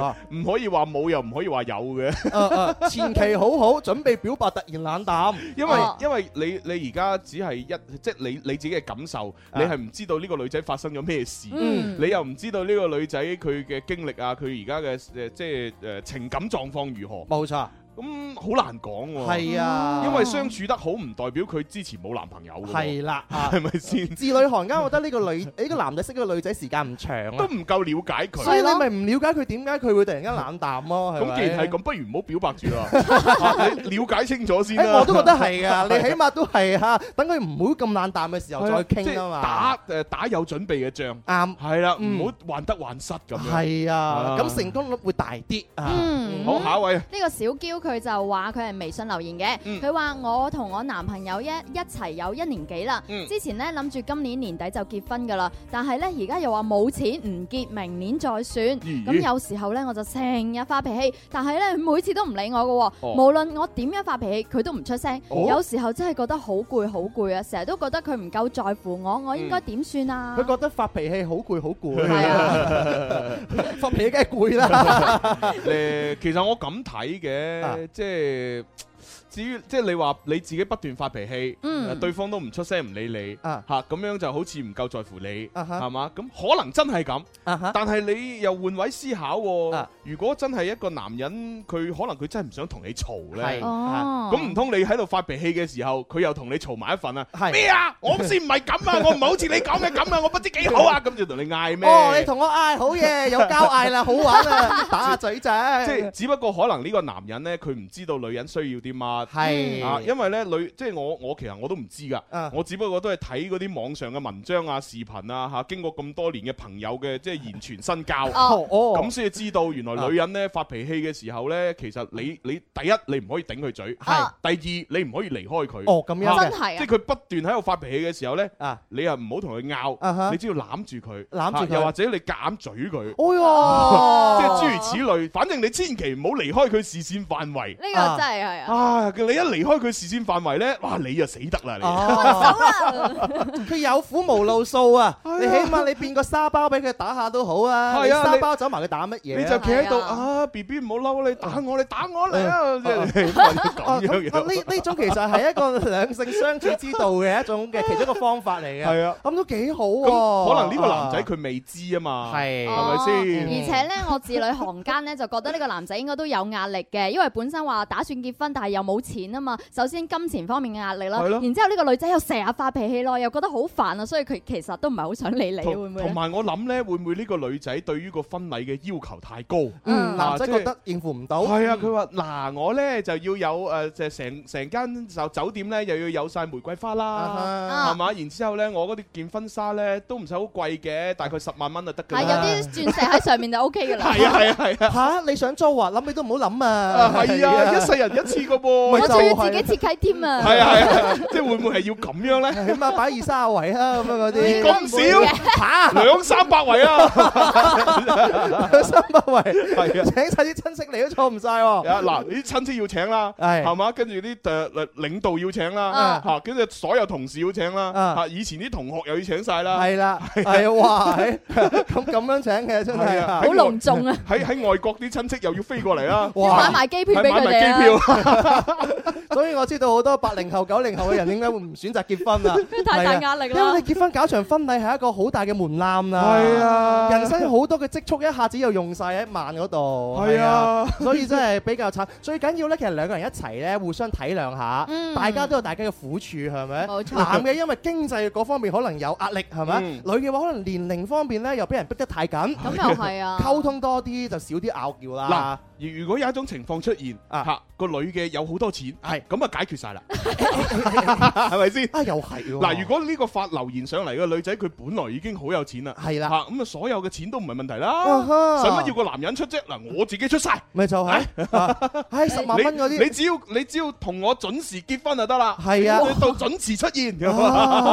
[laughs] 唔可以話冇，又唔可以話有嘅。誒誒啊前期好好，準備表白，突然冷淡，因為因為你你而家只係一即係你你自己嘅感受，啊你係唔知道呢個女仔發生咗咩事，嗯你又唔知道呢個女仔佢嘅經歷啊，佢而家嘅誒即係誒情感狀況如何。冇錯，咁好難講喎。係啊因為相處得好唔代表佢之前冇男朋友㗎喎。係啦，啊係咪先？字裏行間，我覺得呢個女呢個男仔識呢個女仔時間唔長都啊，唔夠了解佢。所以你咪唔了解佢點解佢會突 [laughs] 然間冷淡咯。咁既然係咁，不如唔好表白住 [laughs] 啦，啊你了解清楚先誒啦。我都覺得 [laughs] 係 [laughs] 㗎，你起碼都係嚇，等佢唔好咁冷淡嘅時候再即傾啊係嘛。打誒打有準備嘅仗，啱係啦，嗯唔好患得患失咁樣。係啊，咁成成功率會大啲啊。嗯好下一位。呢個小嬌佢就話佢係微信留言嘅，佢話、我同我男朋友一一齊有一年幾啦，嗯之前呢諗住今年年底就結婚噶啦，但係呢而家又話冇錢唔結，明年再算。咦咁有時候呢，我就成日發脾氣，但係呢，佢每次都唔理我嘅喎，哦無論我點樣發脾氣，佢都唔出聲。哦有時候真係覺得好攰好攰啊，成日都覺得佢唔夠在乎我，我應該點算啊？佢覺得發脾氣好攰，好攰。[laughs] 係啊，發脾氣梗係攰啦。 [laughs] 啊誒，其實我咁睇嘅，即係。至於即係你話你自己不斷發脾氣，嗯誒對方都唔出聲唔理你，嚇啊咁樣就好似唔夠在乎你，啊哈啊係嘛？咁可能真係咁，哈啊但係你又換位思考喎。如果真係一個男人，佢可能佢真係唔想同你嘈咧，係啊哦咁唔通你喺度發脾氣嘅時候，佢又同你嘈埋一份啊？咩啊？我先唔係 [laughs] 咁啊！我唔係好似你講嘅咁啊！我不知幾好啊！咁就同你嗌咩？哦，你同我嗌好 [laughs] 嘢，有交嗌啦，好 [laughs] 玩啊啦，打下嘴仔。即係只不過可能呢個男人呢，佢唔知道女人需要啲乜，係啊啊，因為呢，女即係我我其實我都唔知㗎，我只不過都係睇嗰啲網上嘅文章啊、視頻啊嚇，經過咁多年嘅朋友嘅即係言傳身教，哦哦啊咁先至知道原來女人呢發脾氣嘅時候呢，其實你你第一你唔可以頂佢嘴，係第二你唔可以離開佢，啊哦咁樣嘅啊真係啊即係佢不斷喺度發脾氣嘅時候呢，你又唔好同佢啊拗，哈你只要攬住佢，攬住啊佢又或者你夾硬嘴佢。哎呀， [laughs] 即係諸如此類，反正你千祈唔好離開佢視線範圍。呢個真係係啊啊！佢你一離開佢視線範圍咧，哇！你就死得啦！哦佢有苦無路訴啊！你起碼你變個沙包俾佢打下都好啊！你係啊沙你包走埋佢打乜你嘢啊？你就企喺度啊！B B 唔好嬲，你打我，你打我嚟啊！ [laughs] 即係啊咁樣咁啊呢樣。呢種其實係一個兩性相處之道嘅一種嘅其中一個方法嚟嘅。係啊，咁都幾好喎。咁可能呢個男仔佢未知啊嘛，係係咪哦而先？且咧，我字裏行間咧就覺得呢個男仔應該都有壓力嘅，因為本身話打算結婚，但係又冇冇錢啊嘛，首先金錢方面嘅壓力啦，係咯然之後呢個女仔又成日發脾氣咯，又覺得好煩啊，所以佢其實都唔係好想理你，會同唔會啊同咧？埋我諗咧，會唔會呢個女仔對於個婚禮嘅要求太高？嗯啊男仔即係覺得應付唔到嗯係啊，佢話嗱，我咧就要有誒，就成成間酒酒店咧又要有晒玫瑰花啦，啊係嘛？然之後咧，我嗰啲件婚紗咧都唔使好貴嘅，大概十萬蚊就得㗎係啦。啊有啲鑽石喺上面就 O K 噶啦。係 [laughs] 啊係啊係啊。嚇，你想租啊？諗你都唔好諗啊！係啊，一世人一次個噃。 [laughs] 我仲要自己設計添啊！係啊係啊，即係會唔會係要咁樣咧？起碼啊擺二三十圍啊，咁樣嗰啲咁少嚇兩三百圍啊！兩三百圍係啊請晒啲親戚嚟都錯唔晒喎。啊嗱，啲親戚要請啦，係係嘛？跟住啲誒領導要請啦啊，嚇，跟住所有同事要請啦，嚇，以前啲同學又要請晒啦，係啦，係啊， [laughs] 哇，係 [laughs] 咁咁樣請嘅真係係啊，喺外！喺喺外國啲親戚又要飛過嚟啦，哇要買埋機票俾係買埋佢哋啊？機票 [laughs] 所以我知道好多八零後、九零後嘅人點解會唔選擇結婚啊 [laughs] 太大係啊壓力啦因為你結婚搞場婚禮係一個好大嘅門檻啦。係啊人生好多嘅積蓄一下子又用晒喺萬嗰度。係啊所以真係比較慘。最緊要咧，其實兩個人一齊咧，互相體諒下，嗯大家都有大家嘅苦處，係咪？冇錯男嘅因為經濟嗰方面可能有壓力，係咪？嗯女嘅話可能年齡方面咧又俾人逼得太緊。咁又係啊 [laughs] 溝通多啲就少啲拗撬嗱啦。，啊如如果有一種情況出現，嚇個女嘅有好多錢，係咁啊解 [laughs] 決晒啦，係咪先？啊，又係喎嗱，如果呢個發留言上嚟嘅女仔，佢本來已經好有錢啦，係啦，咁啊所有嘅錢都唔係問題啦啊，哈使乜要個男人出啫？嗱，我自己出晒。咪就係， [laughs] 唉，十萬蚊嗰你啲你。只要你只要同我準時結婚就得啦。係啊到準時出現。啊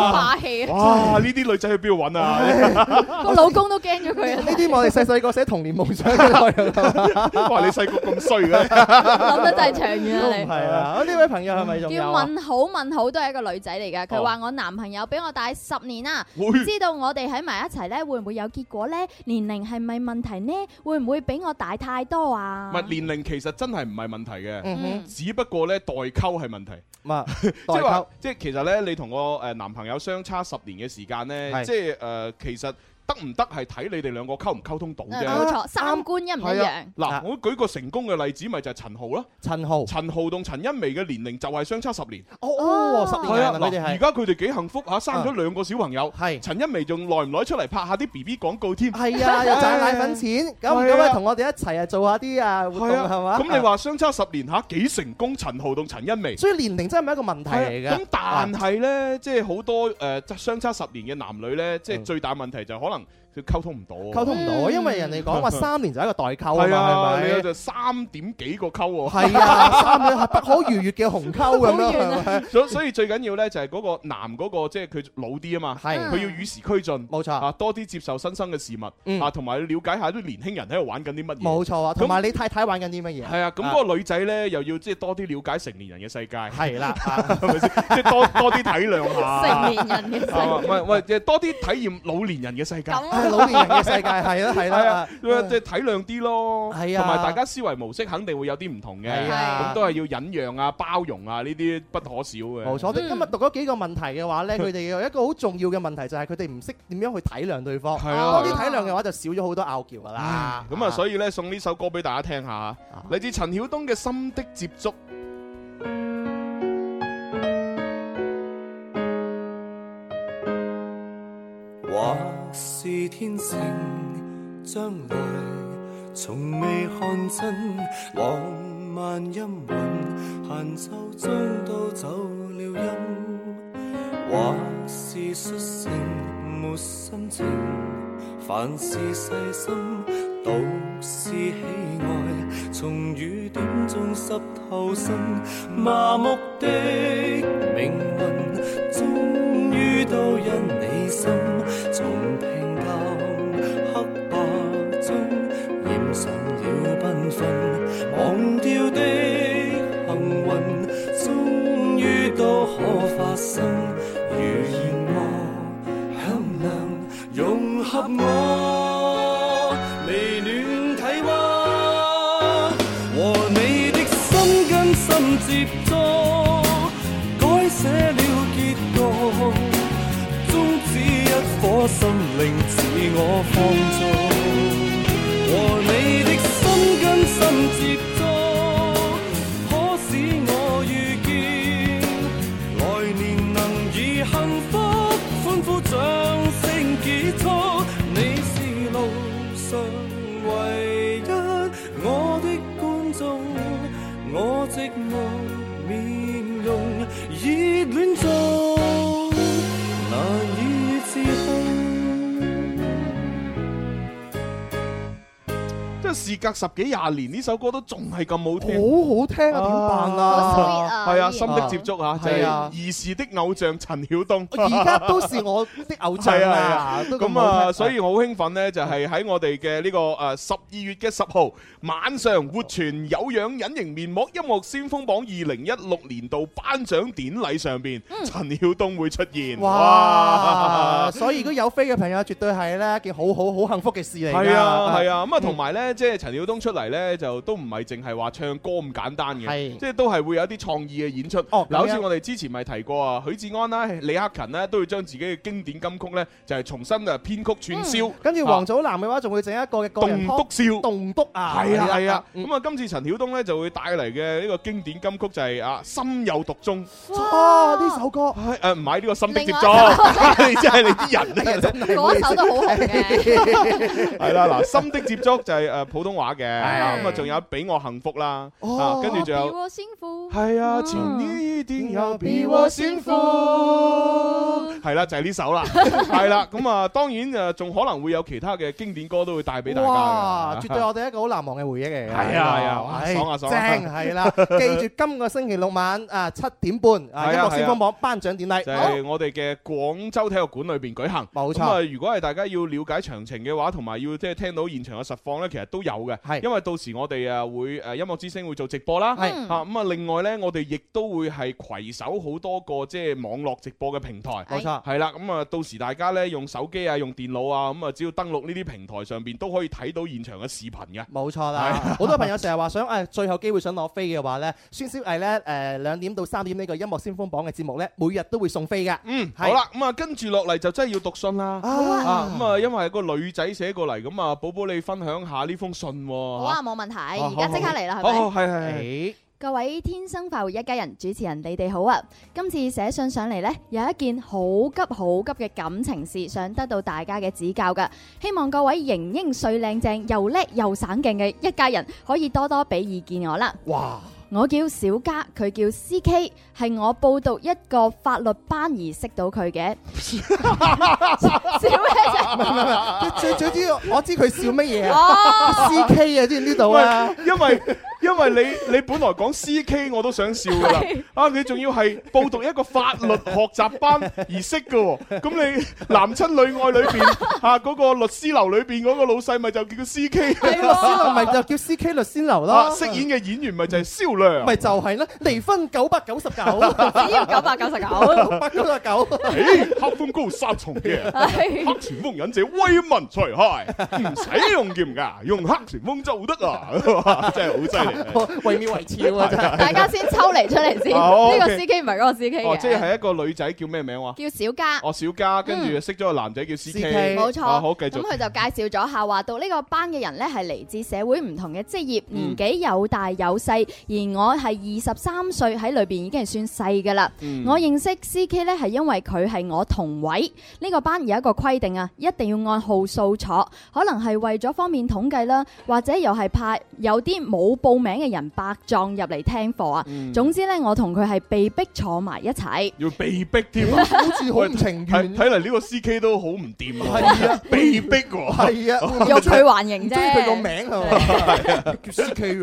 好霸氣啊哇！呢啲女仔去邊度揾啊？個老公都驚咗佢啊！呢啲我哋細細個寫童年夢想嘅內容，啊 [laughs] 哇！你細個咁衰嘅，諗得真係長遠啊你都唔係啊！呢位朋友係咪仲有叫啊問好問好都係一個女仔嚟㗎，佢話哦我男朋友比我大十年啦，會唔知道我哋喺埋一齊呢會唔會有結果呢？年齡係咪問題呢？會唔會比我大太多啊唔？係年齡其實真係唔係問題嘅嗯哼，只不過咧代溝係問題。 [laughs] 嘛，即係話，即係其實咧，你同我誒男朋友相差十年嘅時間咧，係即係誒其實得唔得係睇你哋兩個溝唔溝通到啫。嗯冇錯，三觀一唔一係啊樣？嗱，我舉個成功嘅例子，咪就係陳豪啦。陳豪，陳豪同陳欣薇嘅年齡就係相差十年。哦，十年係人啊，啊佢嗱哋而係。啊家佢哋幾幸福嚇，生咗兩個小朋友。係陳欣薇仲耐唔耐出嚟拍下啲 B B 廣告添？係啊，又賺奶粉錢，咁唔咁係啊，啊同我哋一齊啊做下啲啊活動係啊，係嘛？咁你話相差十年嚇幾成功？陳豪同陳欣薇。所以年齡真係唔係一個問題嚟啊係啊嘅。咁但係呢，即係好多誒相差十年嘅男女呢，即係最大問題就可能佢溝通唔到。嗯溝通唔嗯到，啊因為人哋講話三年就係一個代溝啊係嘛，啊，係你有咪？就三點幾個溝喎。係啊，三年係不可逾越嘅鴻溝咁樣啊係咪。所所以最緊要咧就係嗰個男嗰個即係佢老啲啊嘛，佢要與時俱進，冇錯嗯啊，多啲接受新生嘅事物啊，同埋了解下啲年輕人喺度玩緊啲乜嘢。冇錯啊，咁同埋你太太玩緊啲乜嘢？係啊，咁嗰個女仔咧又要即係多啲了解成年人嘅世界，係 [laughs] 啦，啊係咪先？即係多多啲體諒下成年人嘅世界係嘛唔係唔係，即係多啲體驗老年人嘅世界，啊老年人嘅世界係 [laughs] 啦係啦係啊啊即係體諒啲咯，係啊同埋大家思維模式肯定會有啲唔同嘅，係啊咁都係要忍讓啊、包容啊呢啲不可少嘅。冇錯，我哋今日讀咗幾個問題嘅話呢佢哋有一個好重要嘅問題就係佢哋唔識點樣去體諒對方，係啊多啲體諒嘅話就少咗好多拗撬㗎啦。啊咁啊，所以咧送呢首歌俾大家聽下，嚟自陳曉東嘅《心的接觸》。或是天性，將來從未看真。浪漫音韻，閒奏將都走了音。或是率性，沒心情，凡事細心，道是喜愛，從雨點中濕透身，麻木的命運，終於都因你心，從平淡黑白中染上了繽紛，忘掉的幸運，終於都可發生，如願望響亮。融合我微暖體溫，和你的心跟心接觸，改寫了結局，終止一顆心靈自我放縱，和你的心跟心接觸，可使我遇。唯一我的觀眾，我寂寞面容，熱戀中難以自控。即係事隔十幾廿年，呢首歌都仲係咁好聽，好好聽啊！點辦啊？係啊，心的接觸啊，就係係啊兒時的偶像陳曉東，而家都是 [laughs] 我的偶像係啊係啊啊！都咁好啊，聽所以我好興奮呢，就係喺我哋嘅呢個誒十二月嘅十號晚上，活泉有氧隱形面膜音樂先鋒榜二零一六年度頒獎典禮上邊，陳曉東會出現。哇！所以如果有飛嘅朋友，絕對係咧件好好好幸福嘅事嚟㗎。係啊，係嗯啊，咁啊，同埋咧，即係陳曉東出嚟咧，就都唔係淨係話唱歌咁簡單嘅，係即係都係會有一啲創意嘅演出。哦嗱，好咁似樣我哋之前咪提過啊，許志安啦、李克勤咧，都要將自己嘅經典金曲咧，就係重新啊編曲串燒。嗯跟住黃祖藍嘅話，仲會整一個嘅個人棟篤笑棟篤啊，係啊係啊，咁啊，今次陳曉東咧就會帶嚟嘅呢個經典金曲就係啊《心有獨鍾》。哇！呢首歌誒唔係呢個心的接另外一 [laughs] 觸，你真係你啲人 [laughs] 咧，真係嗰首都好紅嘅。係啦，嗱，心的接觸就係誒呃普通話嘅，咁啊仲有俾我幸福啦，哦啊跟住仲有我幸福。係啊，前呢啲有比我幸嗯福。係啦，就係呢 [laughs] 首啦，係啦，咁啊當然誒仲可能會有其他嘅經典歌都會帶俾大家嘅啊哇！絕對我哋一個好難忘嘅回憶嚟㗎。係啊係啊哇係爽啊爽啊正係 [laughs] 啦！記住今個星期六晚啊七點半啊係啊音樂先係啊鋒榜頒獎典禮就。係我哋嘅廣州體育館裏邊舉行。冇錯咁啊，如果係大家要了解詳情嘅話，同埋要即係聽到現場嘅實況呢，其實都有嘅。係，因為到時我哋啊會誒音樂之聲會做直播啦。係啊咁啊，另外呢，我哋亦都會係攜手好多個即係網絡直播嘅平台。冇錯係啦，咁啊，到時大家呢，用手機啊、用電腦啊，咁啊，只要登錄呢啲平台上邊都可以睇到現場嘅視頻嘅。冇錯啊啦，好多朋友成日話想誒最後機會想攞飛嘅話咧，孫小藝咧誒兩點到三點呢個音樂先鋒榜嘅節目咧，每日都會送飛嘅。嗯，係 [laughs] 好啦，咁啊，跟住落嚟就真係要讀信啦。啊，咁啊，因為個女仔寫過嚟，咁啊，寶寶你分享下呢封信喎。好啊，嚇冇問題，好而家即刻嚟啦，好好係好咪？係係係。各位天生快活一家人主持人，你哋好啊！今次寫信上嚟呢，有一件好急好急嘅感情事，想得到大家嘅指教噶。希望各位型英帥靚正又叻又省勁嘅一家人，可以多多俾意見我啦。哇！我叫小嘉，佢叫 C K，係我報讀一個法律班而識到佢嘅。唔係唔係 [laughs] 唔係最最主要我知佢笑乜嘢啊哦？C K 啊，知唔知道啊？因為因為你你本來講 C K 我都想笑噶啦係，啊你仲要係報讀一個法律學習班而識嘅喎，咁你男親女愛裏邊啊嗰個律師樓裏邊嗰個老細咪就叫 C K，係律師樓咪就叫 C K 律師樓啊咯。飾演嘅演員咪就係蕭亮，咪就係啦，離婚九百 [laughs] 九十九，只要 [laughs] 999八九十九。誒黑風高殺蟲嘅，係黑旋風忍者威文除害，唔使用劍㗎，用黑旋風就得啊！ [laughs] 哇真係好犀利。為妙為肖啊！真係大家先抽離出嚟先，啊好呢個 OK C K 唔係嗰個 C K 哦，嘅，即係一個女仔叫咩名話？叫小嘉。哦，小嘉，跟住嗯識咗個男仔叫 C K，啊冇錯，好繼咁續。佢就介紹咗下，話到呢個班嘅人呢係嚟自社會唔同嘅職業，嗯年紀有大有細，而我係二十三歲喺裏邊已經係算細㗎啦。嗯我認識 C K 呢係因為佢係我同位，呢、個班有一個規定啊，一定要按號數坐，可能係為咗方便統計啦，或者又係怕有啲冇報名嘅人白撞入嚟聽課啊。嗯總之呢，我同佢係被逼坐埋一齊。要被逼添 [laughs] 啊！好似好唔 [laughs] 情願。睇嚟呢個 C K 都好唔掂啊！係啊， [laughs] 被逼喎。係啊， [laughs] 欲拒還迎唔啫中意佢個名係嘛？ [laughs] 叫 C K 嗯 [laughs]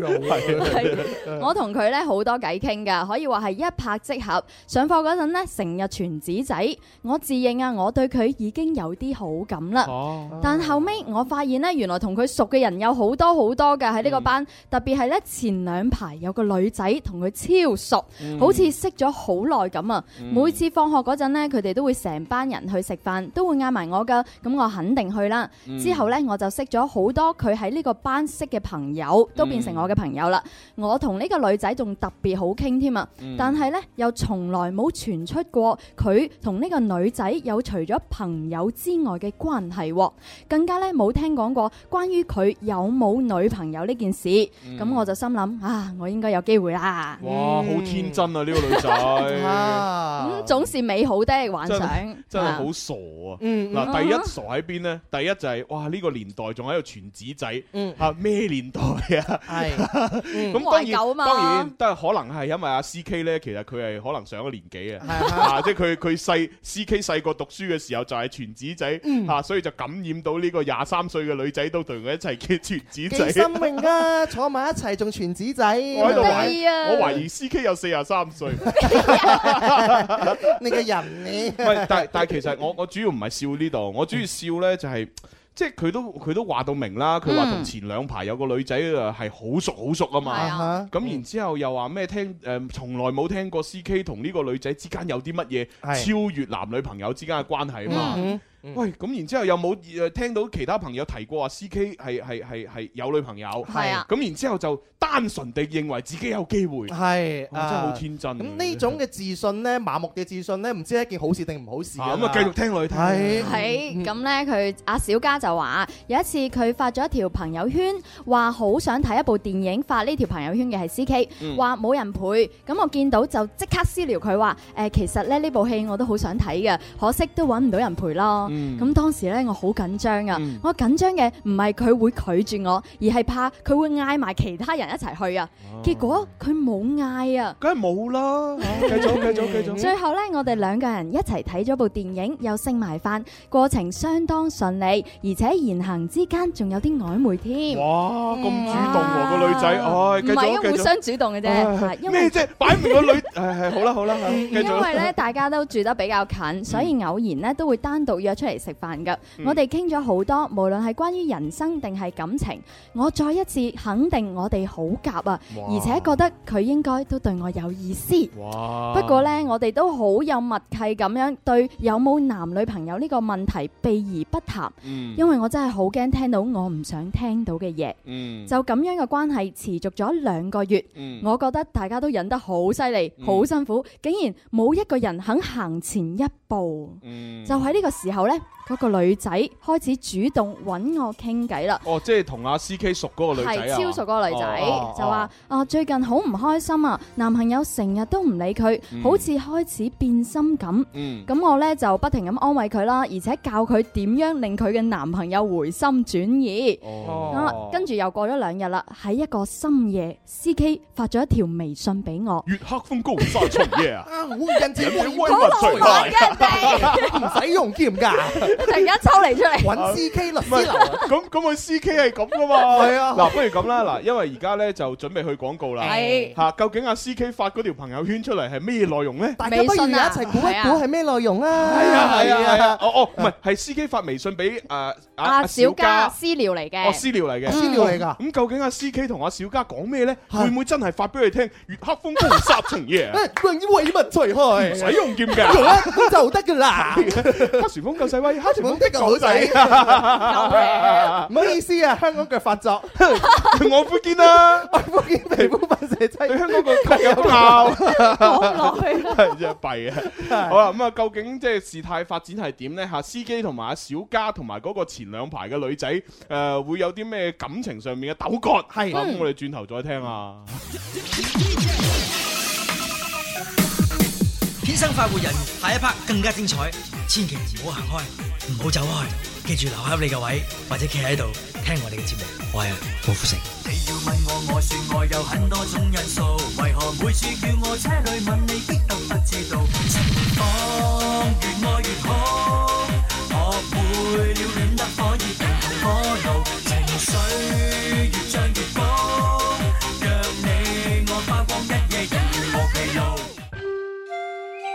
佬。我同佢咧好多偈傾㗎，可以話係一拍即合。上課嗰陣咧，成日傳紙仔，我自認啊，我對佢已經有啲好感啦。哦但後尾我發現咧，原來同佢熟嘅人有好多好多㗎喺呢個班，嗯特別係咧前兩排有個女仔同佢超熟，嗯好似識咗好耐咁啊！嗯每次放學嗰陣咧，佢哋都會成班人去食飯，都會嗌埋我㗎，咁我肯定去啦。嗯之後咧，我就識咗好多佢喺呢個班識嘅朋友，都變成嗯我嘅朋友啦。我同呢個女仔仲特別好傾添啊！嗯但係咧，又從來冇傳出過佢同呢個女仔有除咗朋友之外嘅關係喎，更加咧冇聽講過關於佢有冇女朋友呢件事。咁、嗯我就心諗啊，我應該有機會啦。哇，好天真啊！呢個女仔。咁總是美好的嗯幻真想，真係啊好傻啊！嗯嗯嗱，第一傻喺邊呢？第一就係哇，呢個年代仲喺度傳紙仔，嚇咩年代啊？係咁當懷舊啊然嘛當然都係可能係因為阿 C K 呢，其實佢係可能上咗年紀啊，啊即係佢佢細 C K 細個讀書嘅時候就係傳紙仔嚇，所以就感染到呢個廿三歲嘅女仔都同佢一齊嘅傳紙幾仔生。命噶， [laughs] 坐埋一齊仲傳紙仔， [laughs] 我喺度係咪懷疑，我懷疑 C K 有四廿三歲。 [laughs] 你個人你唔係， [laughs] 但但其實我我主要唔係笑呢度，我主要笑呢就係、即係佢都佢都話到明啦，佢話同前兩排有個女仔啊係好熟好熟啊嗯係啊嘛，咁然之後又話咩聽誒、呃，從來冇聽過 C K 同呢個女仔之間有啲乜嘢係超越男女朋友之間嘅關係啊嗯嘛。喂，咁然之後有冇誒聽到其他朋友提過話 C K 係係係係有女朋友？係啊咁然之後就單純地認為自己有機會。係哇真係好天真啊。咁呢種嘅自信咧，麻木嘅自信咧，唔知係一件好事定唔好事啊咁啊繼續聽落去聽係係咁呢，佢阿小嘉就話有一次佢發咗一條朋友圈，話好想睇一部電影，發呢條朋友圈嘅係 C K，嗯話冇人陪，咁我見到就即刻私聊佢話誒，其實咧呢部戲我都好想睇嘅，可惜都揾唔到人陪咯。嗯咁當時呢，我好緊張啊，我緊張嘅唔係佢會拒絕我，而係怕佢會嗌埋其他人一齊去啊。哦結果佢冇嗌啊，梗係冇啦，繼續繼續繼續最後呢，我哋兩個人一齊睇咗部電影，又食埋飯，過程相當順利，而且言行之間仲有啲曖昧添。哇，咁主動喎個女仔，唉，唔繼係續因為繼互相續。主動嘅啫，啊唉係因咩為啫？擺明個女，唉，係好啦好 [laughs] 啦，嗯繼嗯因為咧，續。大家都住得比較近，所以偶然咧都會單獨約出嚟食飯噶。嗯我哋傾咗好多，無論係關於人生定係感情，我再一次肯定我哋好夾啊，哇而且覺得佢應該都對我有意思。哇不過呢，我哋都好有默契咁樣對有冇男女朋友呢個問題避而不談，嗯因為我真係好驚聽到我唔想聽到嘅嘢。嗯就咁樣嘅關係持續咗兩個月，嗯我覺得大家都忍得好犀利，嗯好辛苦，竟然冇一個人肯行前一步。就喺呢個時候呢，嗰、個女仔開始主動揾我傾偈啦。哦，即係同阿 C K 熟嗰個女仔係啊，超熟嗰個女仔，哦就話啊最近好唔開心啊，男朋友成日都唔理佢，嗯好似開始變心咁。嗯咁我呢就不停咁安慰佢啦，而且教佢點樣令佢嘅男朋友回心轉意。哦啊跟住又過咗兩日啦，喺一個深夜，C K 發咗一條微信俾我。月黑風高殺蟲夜 [laughs] 啊！啊，烏人人哋哋威威物最大 [laughs] 唔使用劍㗎，突然間抽離出嚟，揾 C K 律師樓。咁咁佢 C K 哦係咁噶嘛？係啊 [laughs] 嗱，不如咁啦，嗱，因為而家咧就準備去廣告啦。係嚇，究竟阿 C K 發嗰條朋友圈出嚟係咩內容呢？大家不如一齊估一估係咩內容啊？係啊係啊係啊！哦哦，唔係係 C K 發微信俾誒阿阿阿啊啊小小嘉嘉。私聊嚟嘅，嗯哦，私聊嚟嘅，私聊嚟㗎咁究竟阿 C K 同阿小嘉講咩咧？會唔會真係發俾佢聽？月黑風高殺蟲夜，啊用啲為民除害，唔使用劍 [laughs] 㗎啊用一刀就得㗎啦。黑旋風救世威，黑旋風的的狗狗仔仔，救 [laughs] 唔好意思啊，香港腳發作，我福建啦，我福建皮膚噴射劑，對香港個腳有拗，係 [laughs] 真係弊啊！好啦，咁啊，究竟即係事態發展係點咧？吓，司機同埋阿小嘉同埋嗰個前兩排嘅女仔，誒，會有啲咩感情上面嘅糾葛？係啊咁我哋轉頭再聽啊！天生快活人，下一 part 更加精彩，千祈唔好行開，唔好走開，記住留喺你嘅位，或者企喺度聽我哋嘅節目。我係郭富城。你要問我，我說我有很多種因素，為何每次叫我車裏問你，激動不知道？情況越愛越好，學會了戀得可以平衡火怒，情緒越漲越高，讓你我花光一夜，仍然無疲勞。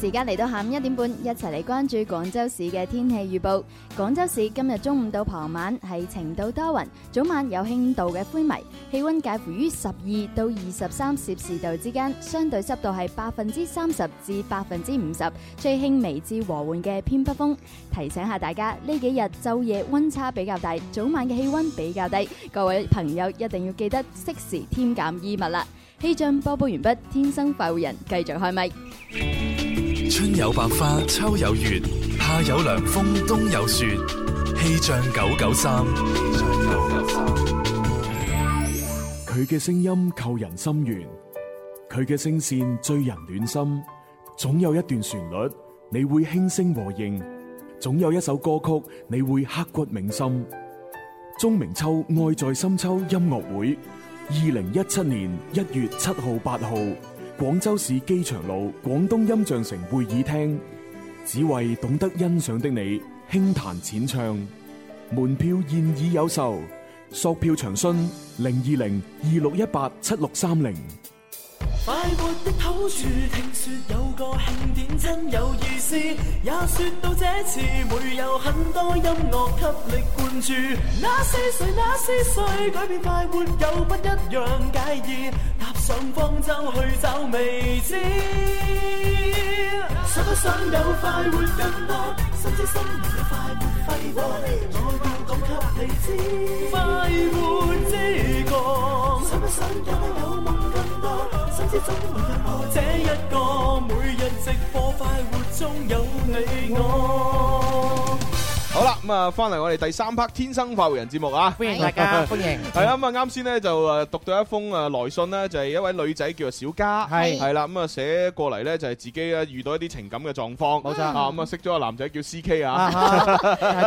時間嚟到下午一點半，一齊嚟關注廣州市嘅天氣預報。廣州市今日中午到傍晚係晴到多雲，早晚有輕度嘅灰霾，氣温介乎於十二到二十三攝氏度之間，相對濕度係百分之三十至百分之五十，吹輕微至和緩嘅偏北風。提醒下大家，呢幾日晝夜温差比較大，早晚嘅氣温比較低，各位朋友一定要記得適時添減衣物啦。氣象播報完畢，天生快活人繼續開咪。春有百花，秋有月，夏有涼風，冬有雪。氣象九九三，佢嘅聲音扣人心弦，佢嘅聲線醉人暖心。總有一段旋律你會輕聲和應，總有一首歌曲你會刻骨銘心。鐘明秋愛在深秋音樂會，二零一七年一月七號、八號，廣州市機場路廣東音像城會議廳，只為懂得欣賞的你輕彈淺唱。門票現已有售，索票詳詢零二零二六一八七六三零。快活的好處，聽說有個慶典真有意思，也說到這次會有很多音樂給力灌注。那是誰？那是誰？改變快活有不一樣介意，踏上方舟去找未知。想不想有快活更多？心知心明有快活揮霍，我要講給你知。快活之歌，想不想有得有夢更多？心知總會有我這一個，每日直播快活中有你我。好啦，咁啊，翻嚟我哋第三 part《天生快活人》節目啊，歡迎大 [laughs] 家歡迎系啦，咁啊，啱先咧就诶讀到一封诶來信呢，就係一位女仔叫做小嘉，係係啦，咁啊寫過嚟咧就係自己咧遇到一啲情感嘅狀況，冇錯啊，咁啊識咗個男仔叫 C K 啊， [laughs]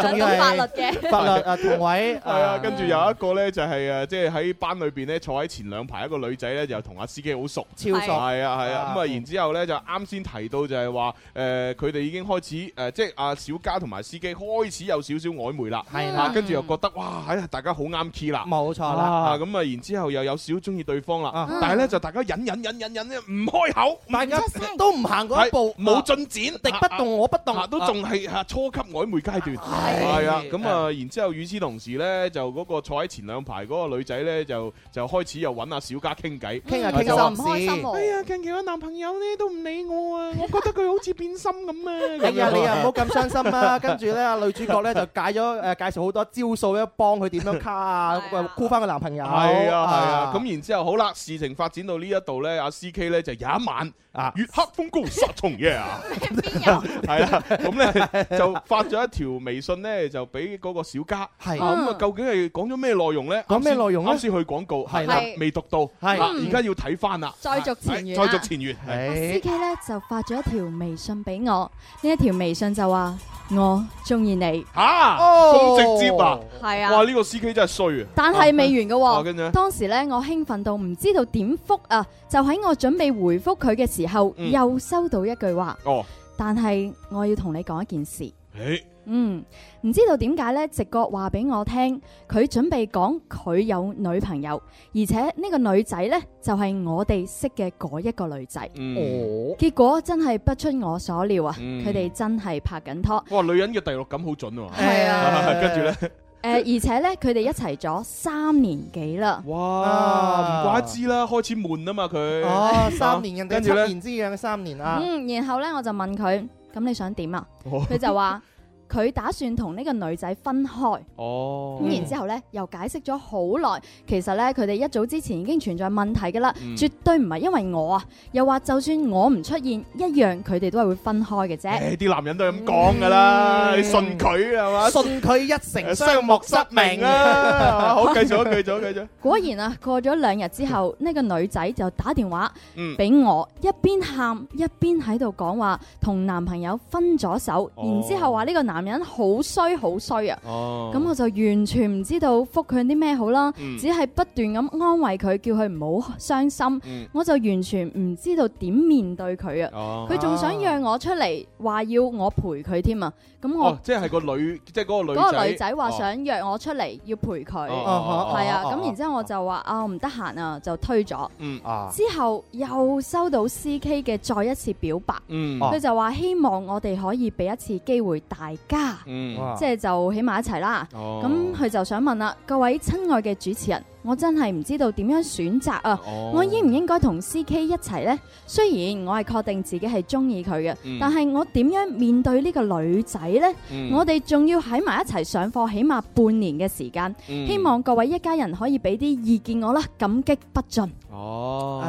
仲要係法律嘅法律啊同位係啊，跟住有一個咧就係誒，即係喺班裏邊咧坐喺前兩排一個女仔咧，就同阿司機好熟，超熟係啊係啊，啊嗯咁啊然之後咧就啱先提到就係話誒，呃佢哋已經開始誒，即係阿小嘉同埋司機開始有少少曖昧啦，係啦啊跟住又覺得哇，哎呀大家好啱 key 啦，冇錯啦啊咁啊然之後又有少少中意對方啦啊，但係咧就大家忍忍忍忍忍咧唔開口，大家都唔行嗰一步，係冇進展，敵不動我不動，啊都仲係啊初級曖昧階段，係係啊，咁啊，然之後與此同時咧，就嗰個坐喺前兩排嗰個女仔咧，就就開始又揾阿小嘉傾偈，傾下啊傾就話心事。哎呀，近期我男朋友咧都唔理我啊，我覺得佢好似變心咁 [laughs] 啊！哎呀，你又唔好咁傷心啦。跟住咧，女主角咧就解咗誒介紹好多招數咧，幫佢點樣卡啊，箍翻個男朋友。 [laughs] 係啊係 À. 啊，咁然之後好啦，事情發展到呢一度咧，阿 C K 咧就有一晚 [laughs] 啊，月黑風高殺蟲夜啊， [laughs] 係啊，咁咧就發咗一條微信咧，就俾嗰個小嘉，係啊咁嗯啊，究竟係講咗咩內容咧？講咩內容咧啱先去廣告係啦未讀到，係啊而家要睇翻啦，嗯再續前緣係啦再續前緣，哎阿係 C K 咧就發咗一條微信俾我，呢一條微信就話我中意你，吓哦咁直接啊！係啊哇呢個司機真係衰啊！但係未完啊嘅跟住喎。呢當時咧我興奮到唔知道點覆啊，就喺我準備回覆佢嘅時候，嗯又收到一句話， [laughs] 哦，但係我要同你講一件事。誒嗯，唔知道點解呢，直覺話俾我聽，佢準備講佢有女朋友，而且呢個女仔呢，就係、我哋識嘅嗰一個女仔。嗯哦結果真係不出我所料啊！嗯佢哋、真係拍緊拖。哇女人嘅第六感好準喎，係啊 [laughs] 跟住咧。誒、而且呢，佢哋一齊咗三年幾啦。啊哇唔怪之啦，開始悶啊嘛佢。 [laughs] 哦，三年人哋跟七住年咧，之癢三年啊，嗯，然後呢，我就問佢：咁你想點啊？哦佢就話佢打算同呢個女仔分開。哦咁然之後咧，又解釋咗好耐。其實咧，佢哋一早之前已經存在問題㗎啦，嗯絕對唔係因為我啊。又話就算我唔出現，一樣佢哋都係會分開嘅誒啫。啲男人都係咁講㗎啦，你信佢係嘛？信佢一成雙目失明啊！好，繼續啊，繼續啊，繼續啊。果然啊，過咗兩日之 [laughs] 後，呢、個女仔就打電話嗯俾我，一邊喊一邊喺度講話同男朋友分咗手，哦然之後話呢個男男人好衰好衰啊！哦咁我就完全唔知道覆佢啲咩好啦，嗯只係不斷咁安慰佢，叫佢唔好傷心。嗯我就完全唔知道點面對佢哦啊！佢仲想約我出嚟，話要我陪佢添啊！咁我哦，即係個女，即係嗰個女嗰個女仔話哦想約我出嚟，要陪佢，哦係啊。哦咁然之後我就話啊，我唔得閒啊，就推咗。嗯啊之後又收到 CK 嘅再一次表白，嗯佢就話希望我哋可以俾一次機會大家，嗯即係就起埋一齊啦。哦咁佢就想問啦，各位親愛嘅主持人，我真係唔知道點樣選擇啊！哦我應唔應該同 CK 一齊呢？雖然我係確定自己係中意佢嘅，嗯但係我點樣面對呢個女仔呢？嗯我哋仲要喺埋一齊上課，起碼半年嘅時間，嗯希望各位一家人可以俾啲意見我啦，感激不盡。哦，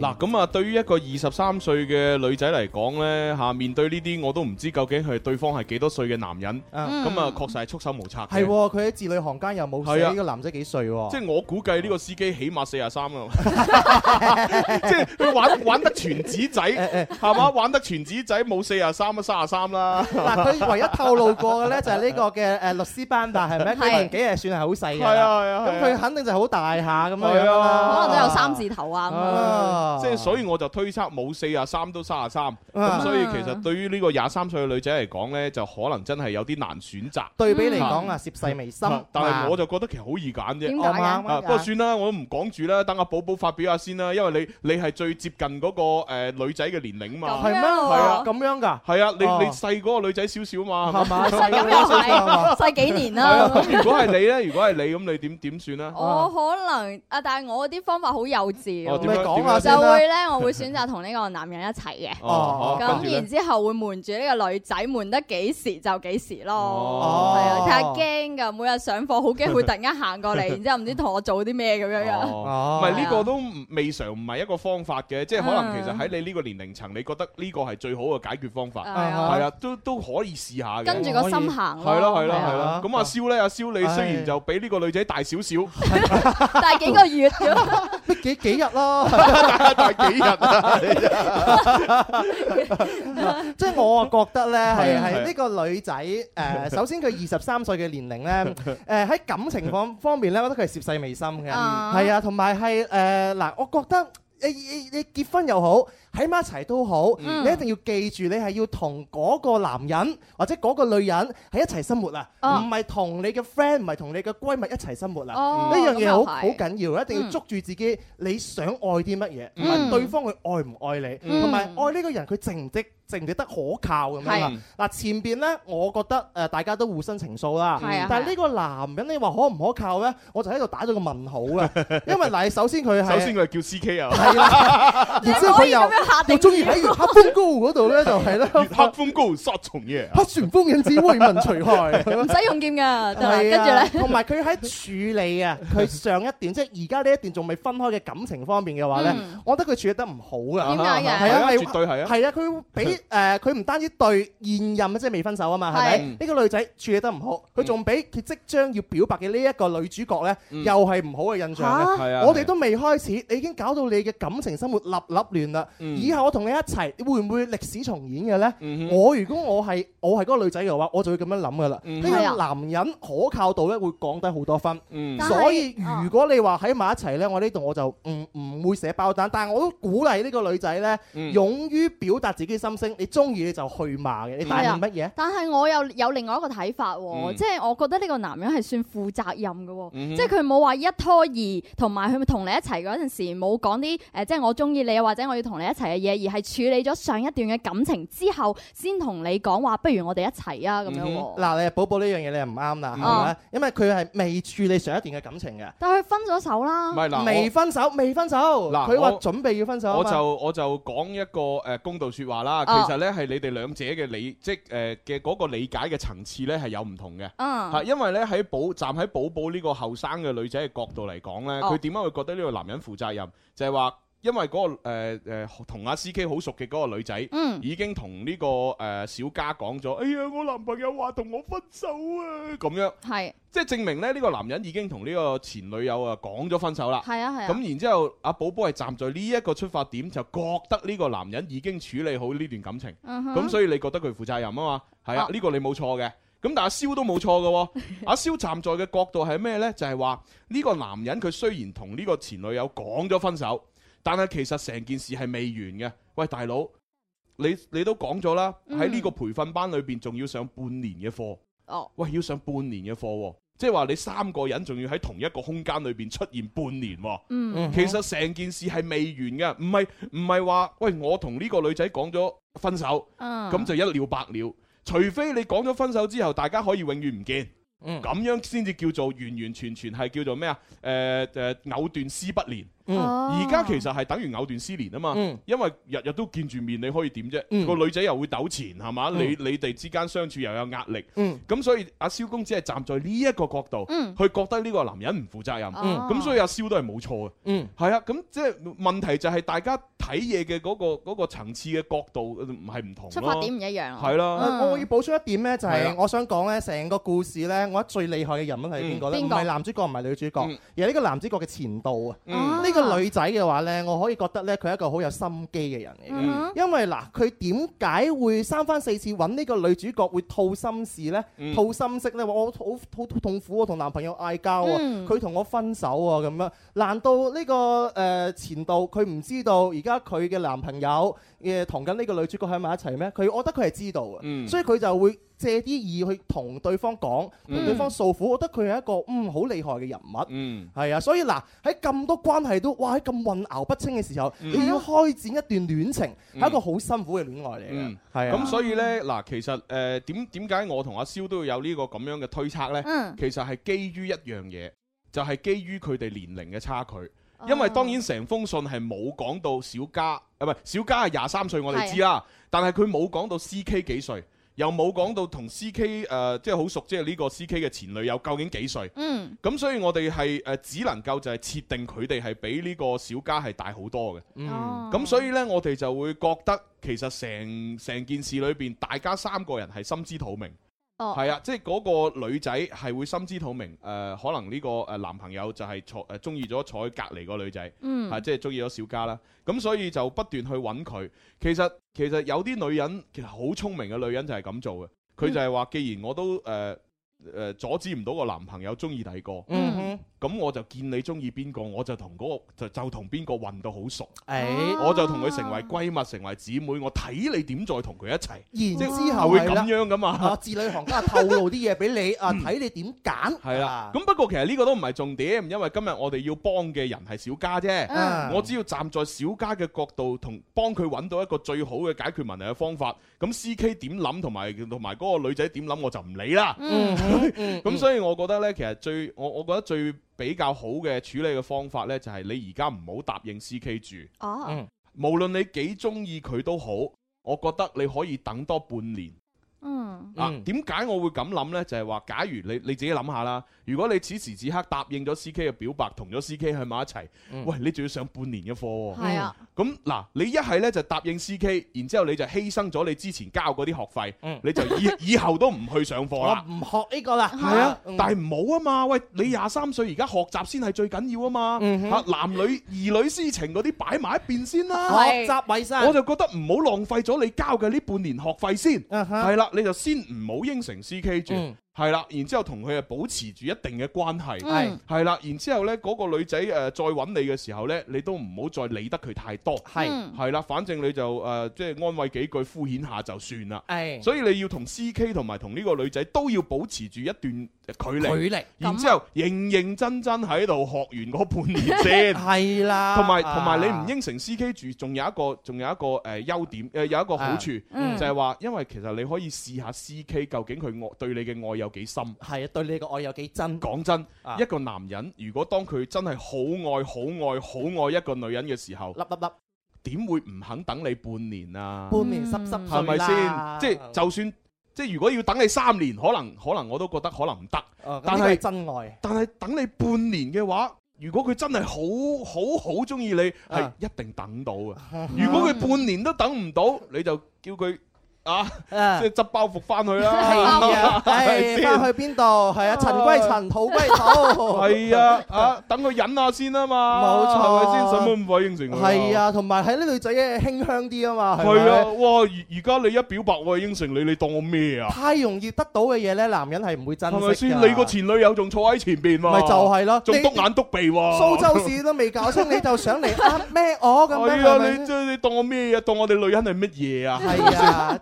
嗱咁啊，對於一個二十三歲嘅女仔嚟講呢，嚇面對呢啲我都唔知究竟係對方係幾多歲嘅男人，嗯咁啊確實係束手無策嘅。係喎，佢喺字裏行間又冇係寫啊呢個男仔幾歲喎。即係我估計呢個司機起碼四廿三 [laughs] 啦， [laughs] 即係佢玩玩得全子仔，係嘛？玩得全子仔冇四廿三啊，三廿三啦。嗱，佢唯一透露過嘅咧就係呢個嘅誒律師班大係咪？佢係年紀係算係好細嘅，係啊係啊係啊咁佢肯定就好大下咁樣係樣啦。可能都有三字頭啊咁樣。即係所以我就推測冇四廿三都三廿三，啊咁所以其實對於呢個廿三歲嘅女仔嚟講呢，就可能真係有啲難選擇。對比嚟講啊，涉世未深啊。但係我就就覺得其實好易揀啫。點解嘅啊啱啱不過算啦，我都唔講住啦，等阿寶寶發表下先啦，因為你你係最接近嗰個誒女仔嘅年齡嘛。係咩？係啊。咁樣㗎。係啊，你哦你細嗰個女仔少少嘛，係啊嘛 [laughs] 咁又 [laughs] 係細幾年係啊，啦。咁如果係你咧，如果係你咁，你點點算咧？我可能啊，但係我啲方法好幼稚喎哦點樣講下先啦就會咧，我會選擇同呢個男人一齊嘅。哦哦跟住咁呢然之後會瞞住呢個女仔，瞞得幾時就幾時咯。哦係啊，但係驚㗎，每日上課好驚佢突然間行 [laughs] 過嚟，然之後唔知同我做啲咩咁樣樣。哦，唔係呢個都唔未嘗唔係一個方法嘅，即係可能其實喺你呢個年齡層，你覺得呢個係最好嘅解決方法，係啊係啊，都都可以試下嘅。跟住個心行咯係咯係咯係啊係咯。咁阿蕭咧，阿蕭你雖然就比呢個女仔 [laughs] 大少少，但係幾個月咁。幾幾日 [laughs] 咯，大幾日啊你真即係我啊覺得咧係係啊係啊係呢個女仔 [laughs] 誒，首先佢二十三歲嘅年齡咧，誒喺感情方方面咧，我覺得佢係涉世未深嘅，啊係啊，同埋係誒嗱，我覺得。你你你結婚又好，喺埋一齊都好，嗯你一定要記住，你係要同嗰個男人或者嗰個女人喺一齊生活啊，哦唔係同你嘅 friend，唔係同你嘅閨蜜一齊生活啊。哦呢樣嘢好咁又係好緊要，一定要捉住自己你想愛啲乜嘢，同埋嗯對方佢愛唔愛你，嗯同埋愛呢個人佢值唔值值唔值得可靠咁樣啦係。嗱前邊呢，我覺得誒大家都互生情愫啦係啊，但係呢個男人你話可唔可靠 [laughs] 呢？我就喺度打咗個問號啊，因為嗱首先佢係首先佢係叫 C K 啊， [laughs] 係啦，然之後佢你可以咁樣下又又定義中意喺月黑風高嗰度呢，就係咧月黑風高殺蟲夜。黑旋風引子為民除 [laughs] 害， [laughs] 唔使用劍㗎，得啦係跟住啊咧。同埋佢喺處理啊，佢上一段即係而家呢一段仲未分開嘅感情方面嘅話咧嗯，我覺得佢處理得唔好啊。點解嘅係啊，係啊係絕對係啊係啊，佢會 [laughs] 俾誒佢唔單止對現任即係未分手啊嘛，係咪係？呢個女仔處理得唔好，佢仲俾佢即將要表白嘅呢一個女主角咧，嗯又係唔好嘅印象嚇嘅係啊我哋都未開始，你已經搞到你嘅感情生活立立亂啦。嗯以後我同你一齊，你會唔會歷史重演嘅咧？我如果我係我係嗰個女仔嘅話，我就會咁樣諗噶啦。嗯呢係個啊男人可靠度咧會降低好多分，嗯但係所以哦如果你話喺埋一齊咧，我呢度我就唔唔會寫包單，但係我都鼓勵呢個女仔咧，嗯勇於表達自己心聲，你中意你就去罵嘅，你大係啊唔乜嗯嘢？但係我又有另外一個睇法喎，嗯即係我覺得呢個男人係算負責任嘅喎，嗯哼即係佢冇話一拖二，同埋佢同你一齊嗰陣時冇講啲誒，即係我中意你啊，或者我要同你一齊嘅嘢，而係處理咗上一段嘅感情之後，先同你講話，不如我哋一齊啊咁樣喎。嗯嗱，你寶寶呢樣嘢你係唔啱嗯啦，係咪哦？因為佢係未處理上一段嘅感情嘅，但係佢分咗手啦，未分手，未分手，嗱佢話我準備要分手啊我嘛就我就講一個誒、呃公道説話啦，其哦實呢，係你哋兩者嘅理即係誒嘅嗰個理解嘅層次呢係有唔同嘅，嗯嚇因為呢，喺寶站喺寶寶呢個後生嘅女仔嘅角度嚟講呢，哦佢點解會覺得呢個男人負責任？就係話因為嗰、個誒、呃、同阿 C K 好熟嘅嗰個女仔，嗯已經同呢、個誒、呃小嘉講咗，哎呀我男朋友話同我分手啊，咁樣。係即係證明咧，呢、個男人已經同呢個前女友啊講咗分手啦。係啊係啊咁然之後，阿寶寶係站在呢一個出發點，就覺得呢個男人已經處理好呢段感情。咁、嗯哼所以你覺得佢負責任啊嘛？係啊哦，呢、個你冇錯嘅。咁但阿蕭都冇錯嘅喎。 [laughs] 阿蕭站在嘅角度係咩呢？就係話呢個男人佢雖然同呢個前女友講咗分手，但係其實成件事係未完嘅。喂，大佬，你你都講咗啦，喺呢個培訓班裏邊仲要上半年嘅課。哦，喂，要上半年嘅課喎，即係話你三個人仲要喺同一個空間裏邊出現半年喎。嗯嗯其實成件事係未完嘅，唔係唔係話喂我同呢個女仔講咗分手，嗯咁、就一了百了。除非你講咗分手之後，大家可以永遠唔見。嗯咁樣先至叫做完完全全係叫做咩啊？誒、誒、藕斷絲不連。嗯哦而家其實係等於藕斷絲連啊嘛，嗯因為日日都見住面，你可以點啫？嗯個女仔又會糾纏係嘛？嗯啊你你哋之間相處又有壓力，嗯咁所以阿蕭公子係站在呢一個角度，嗯去覺得呢個男人唔負責任，嗯咁所以阿蕭都係冇錯嘅。嗯係啊，咁即係問題就係大家睇嘢嘅嗰個嗰個層次嘅角度呃唔係唔同咯出發點唔一樣啊係啦，我我要補充一點咧，就係係啊我想講咧，成個故事咧，我覺得最厲害嘅人物係邊個咧？嗯唔邊個係男主角，唔係女主角，嗯而係呢個男主角嘅前度啊！嗯呢個女仔嘅話咧，我可以覺得咧，佢係一個好有心機嘅人嚟嗯嘅。因為嗱，佢點解會三番四次揾呢個女主角會吐心事咧嗯？吐心息咧？話我好好好痛苦，我同男朋友嗌交啊，嗯佢同我分手啊咁樣。難道呢個誒前度佢唔知道而家佢嘅男朋友誒同緊呢個女主角喺埋一齊咩？佢我覺得佢係知道嘅，嗯所以佢就會借啲意去同對方講，嗯同對方訴苦。我覺得佢係一個嗯好厲害嘅人物。嗯，係啊，所以嗱喺咁多關係都哇喺咁混淆不清嘅時候，你要開展一段戀情嗯係一個好辛苦嘅戀愛嚟嘅嗯，。係啊咁所以呢，嗱，其實誒點點解我同阿蕭都要有呢個咁樣嘅推測呢？嗯其實係基於一樣嘢，就係、基於佢哋年齡嘅差距。哦因為當然成封信係冇講到小嘉，啊唔係小嘉係廿三歲，我哋知啦。但係佢冇講到 C K 幾歲，又冇講到同 C K 誒即係好熟，即係呢個 C K 嘅前女友究竟幾歲？嗯咁所以我哋係誒只能夠就係設定佢哋係比呢個小家係大好多嘅。嗯咁所以呢，我哋就會覺得其實成成件事裏邊，大家三個人係心知肚明。哦係啊，即係嗰個女仔係會心知肚明，誒、可能呢個誒男朋友就係坐誒中意咗坐喺隔離個女仔，嗯啊，即係中意咗小家啦。咁所以就不斷去揾佢。其實其實有啲女人其實好聰明嘅女人就係咁做嘅，嗯佢就係話，既然我都誒誒、呃阻止唔到個男朋友中意第二個，嗯哼咁我就見你中意邊個，我就同嗰、個就就同邊個混到好熟，誒我就同佢成為閨蜜，成為姊妹，我睇你點再同佢一齊，然即係之後會係咁啦樣噶嘛嗯啊，。字裏行間透露啲嘢俾你啊，睇你點揀。係啊啦，咁不過其實呢個都唔係重點，因為今日我哋要幫嘅人係小家啫。嗯我只要站在小家嘅角度，同幫佢揾到一個最好嘅解決問題嘅方法。咁 C K 點諗同埋同埋嗰個女仔點諗，我就唔理啦。 [laughs] 嗯咁所以我覺得呢，其實最我我覺得最比較好嘅處理嘅方法呢，就係你而家唔好答應 C K 住。哦嗯無論你幾中意佢都好，我覺得你可以等多半年。嗯啊，點解我會咁諗呢？就係話，假如你你自己諗下啦，如果你此時此刻答應咗 C K 嘅表白，同咗 C K 喺埋一齊，嗯喂，你仲要上半年嘅課喎。係啊咁嗱，你一係呢就答應 C K，然之後你就犧牲咗你之前交嗰啲學費，你就以以後都唔去上課嗯我啦。唔學呢個啦。係啊，嗯但係唔好啊嘛！喂，你廿三歲而家學習先係最緊要啊嘛！嗯嚇男女兒女私情嗰啲擺埋一邊先啦， [laughs] 學習為先我就覺得唔好浪費咗你交嘅呢半年學費先，哈係啦，你就先唔好應承 C K 住 Uh-huh 嗯。係啦，然之後同佢啊保持住一定嘅關係，係係啦，然之後呢，嗰個女仔誒再揾你嘅時候呢，你都唔好再理得佢太多，係嗯係啦，反正你就誒即係安慰幾句敷衍下就算啦，係所以你要同 C K 同埋同呢個女仔都要保持住一段距離，距離啊然之後認認真真喺度學完嗰半年先， [laughs] 係啦同埋啊同埋你唔應承 C K 住，仲有一個仲有一個誒優點誒有一個好處啊嗯就係話，因為其實你可以試下 C K 究竟佢愛對你嘅愛有幾深，係啊，對你嘅愛有幾真。啊講真，一個男人如果當佢真係好愛好愛好愛一個女人嘅時候，粒粒粒。點會唔肯等你半年啊？半年濕濕係碎咪啦先？即係就算即係如果要等你三年，可能可能我都覺得可能唔得。哦咁但呢個係係真愛。但係等你半年嘅話，如果佢真係好好好中意你，係啊一定等到嘅。如果佢半年都等唔到，你就叫佢啊，即係執包袱翻去 [laughs] 啊啦。 [laughs] 係咪先係啊， [laughs] 啊，等佢忍下先啊嘛。冇錯係咪先？使乜咁快應承佢？啊啊係啊，哇！而而家你一表白，我就應承你，你當我咩啊？係咪先？你個前女友仲坐喺前邊喎，咪就係咯仲你篤眼篤鼻喎。係啊，你即係你當我咩啊？當我哋女人係乜嘢啊？ [laughs] 哦係啊。啊啊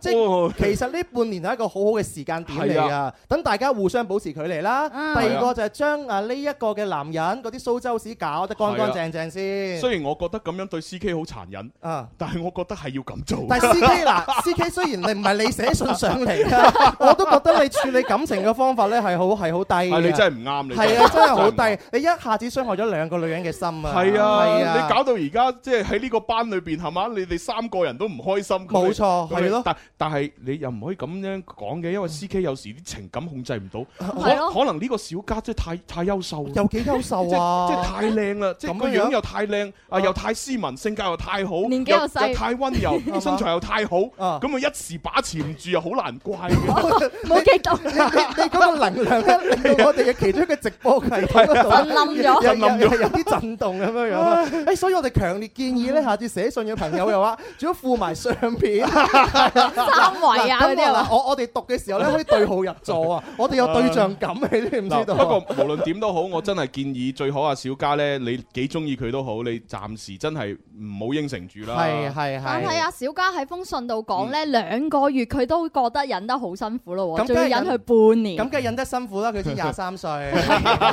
啊雖然我覺得咁樣對 C K 好殘忍，但係我覺得係要咁做。啊 [laughs] 但係 C K 嗱，C K 雖然你唔係你寫信上嚟 [laughs] 啊，我都覺得你處理感情嘅方法咧係好係好低嘅。係你真係唔啱你係啊，真真係係好低，你一下子傷害咗兩個女人嘅心啊！係係啊，你搞到而家即係喺呢個班裏邊係嘛？你哋三個人都唔開心。咁冇你錯咁你係咯但但係你又唔可以咁樣講嘅，因為 C K 有時啲情感控制唔到，啊係可咯可能呢個小家姐太太優秀啦。有幾優秀啊！即係太靚啦，即係咁個樣樣又太靚，啊又太斯文，性格又太好，年紀又又細又太温 [laughs] 係嘛柔，身材又太好，咁啊一時把持唔住又好難怪嘅。冇激動，你你你嗰個能啊量咧， [laughs] 令到我哋嘅其中一個直播系統嗰係啊度震冧咗震冧咗有有有啲震動咁樣樣。誒，所以我哋強烈建嗯議咧，下次寫信嘅朋友嘅 [laughs] 話，最好附埋相片，三圍啊嗰啲係嘛我我哋讀嘅時候咧，可以對號入座 [laughs] 啊！我哋有對象感，你知唔知道嗱啊？不過無論點都好，我真係建議最好阿小嘉呢，你幾中意佢都好，你暫時真係唔好應承住啦。係係但係啊，小嘉喺封信度講咧，兩個月佢都覺得忍得好辛苦咯喎，仲要梗係忍佢半年。咁梗係忍得辛苦啦， [laughs] 佢先廿三歲，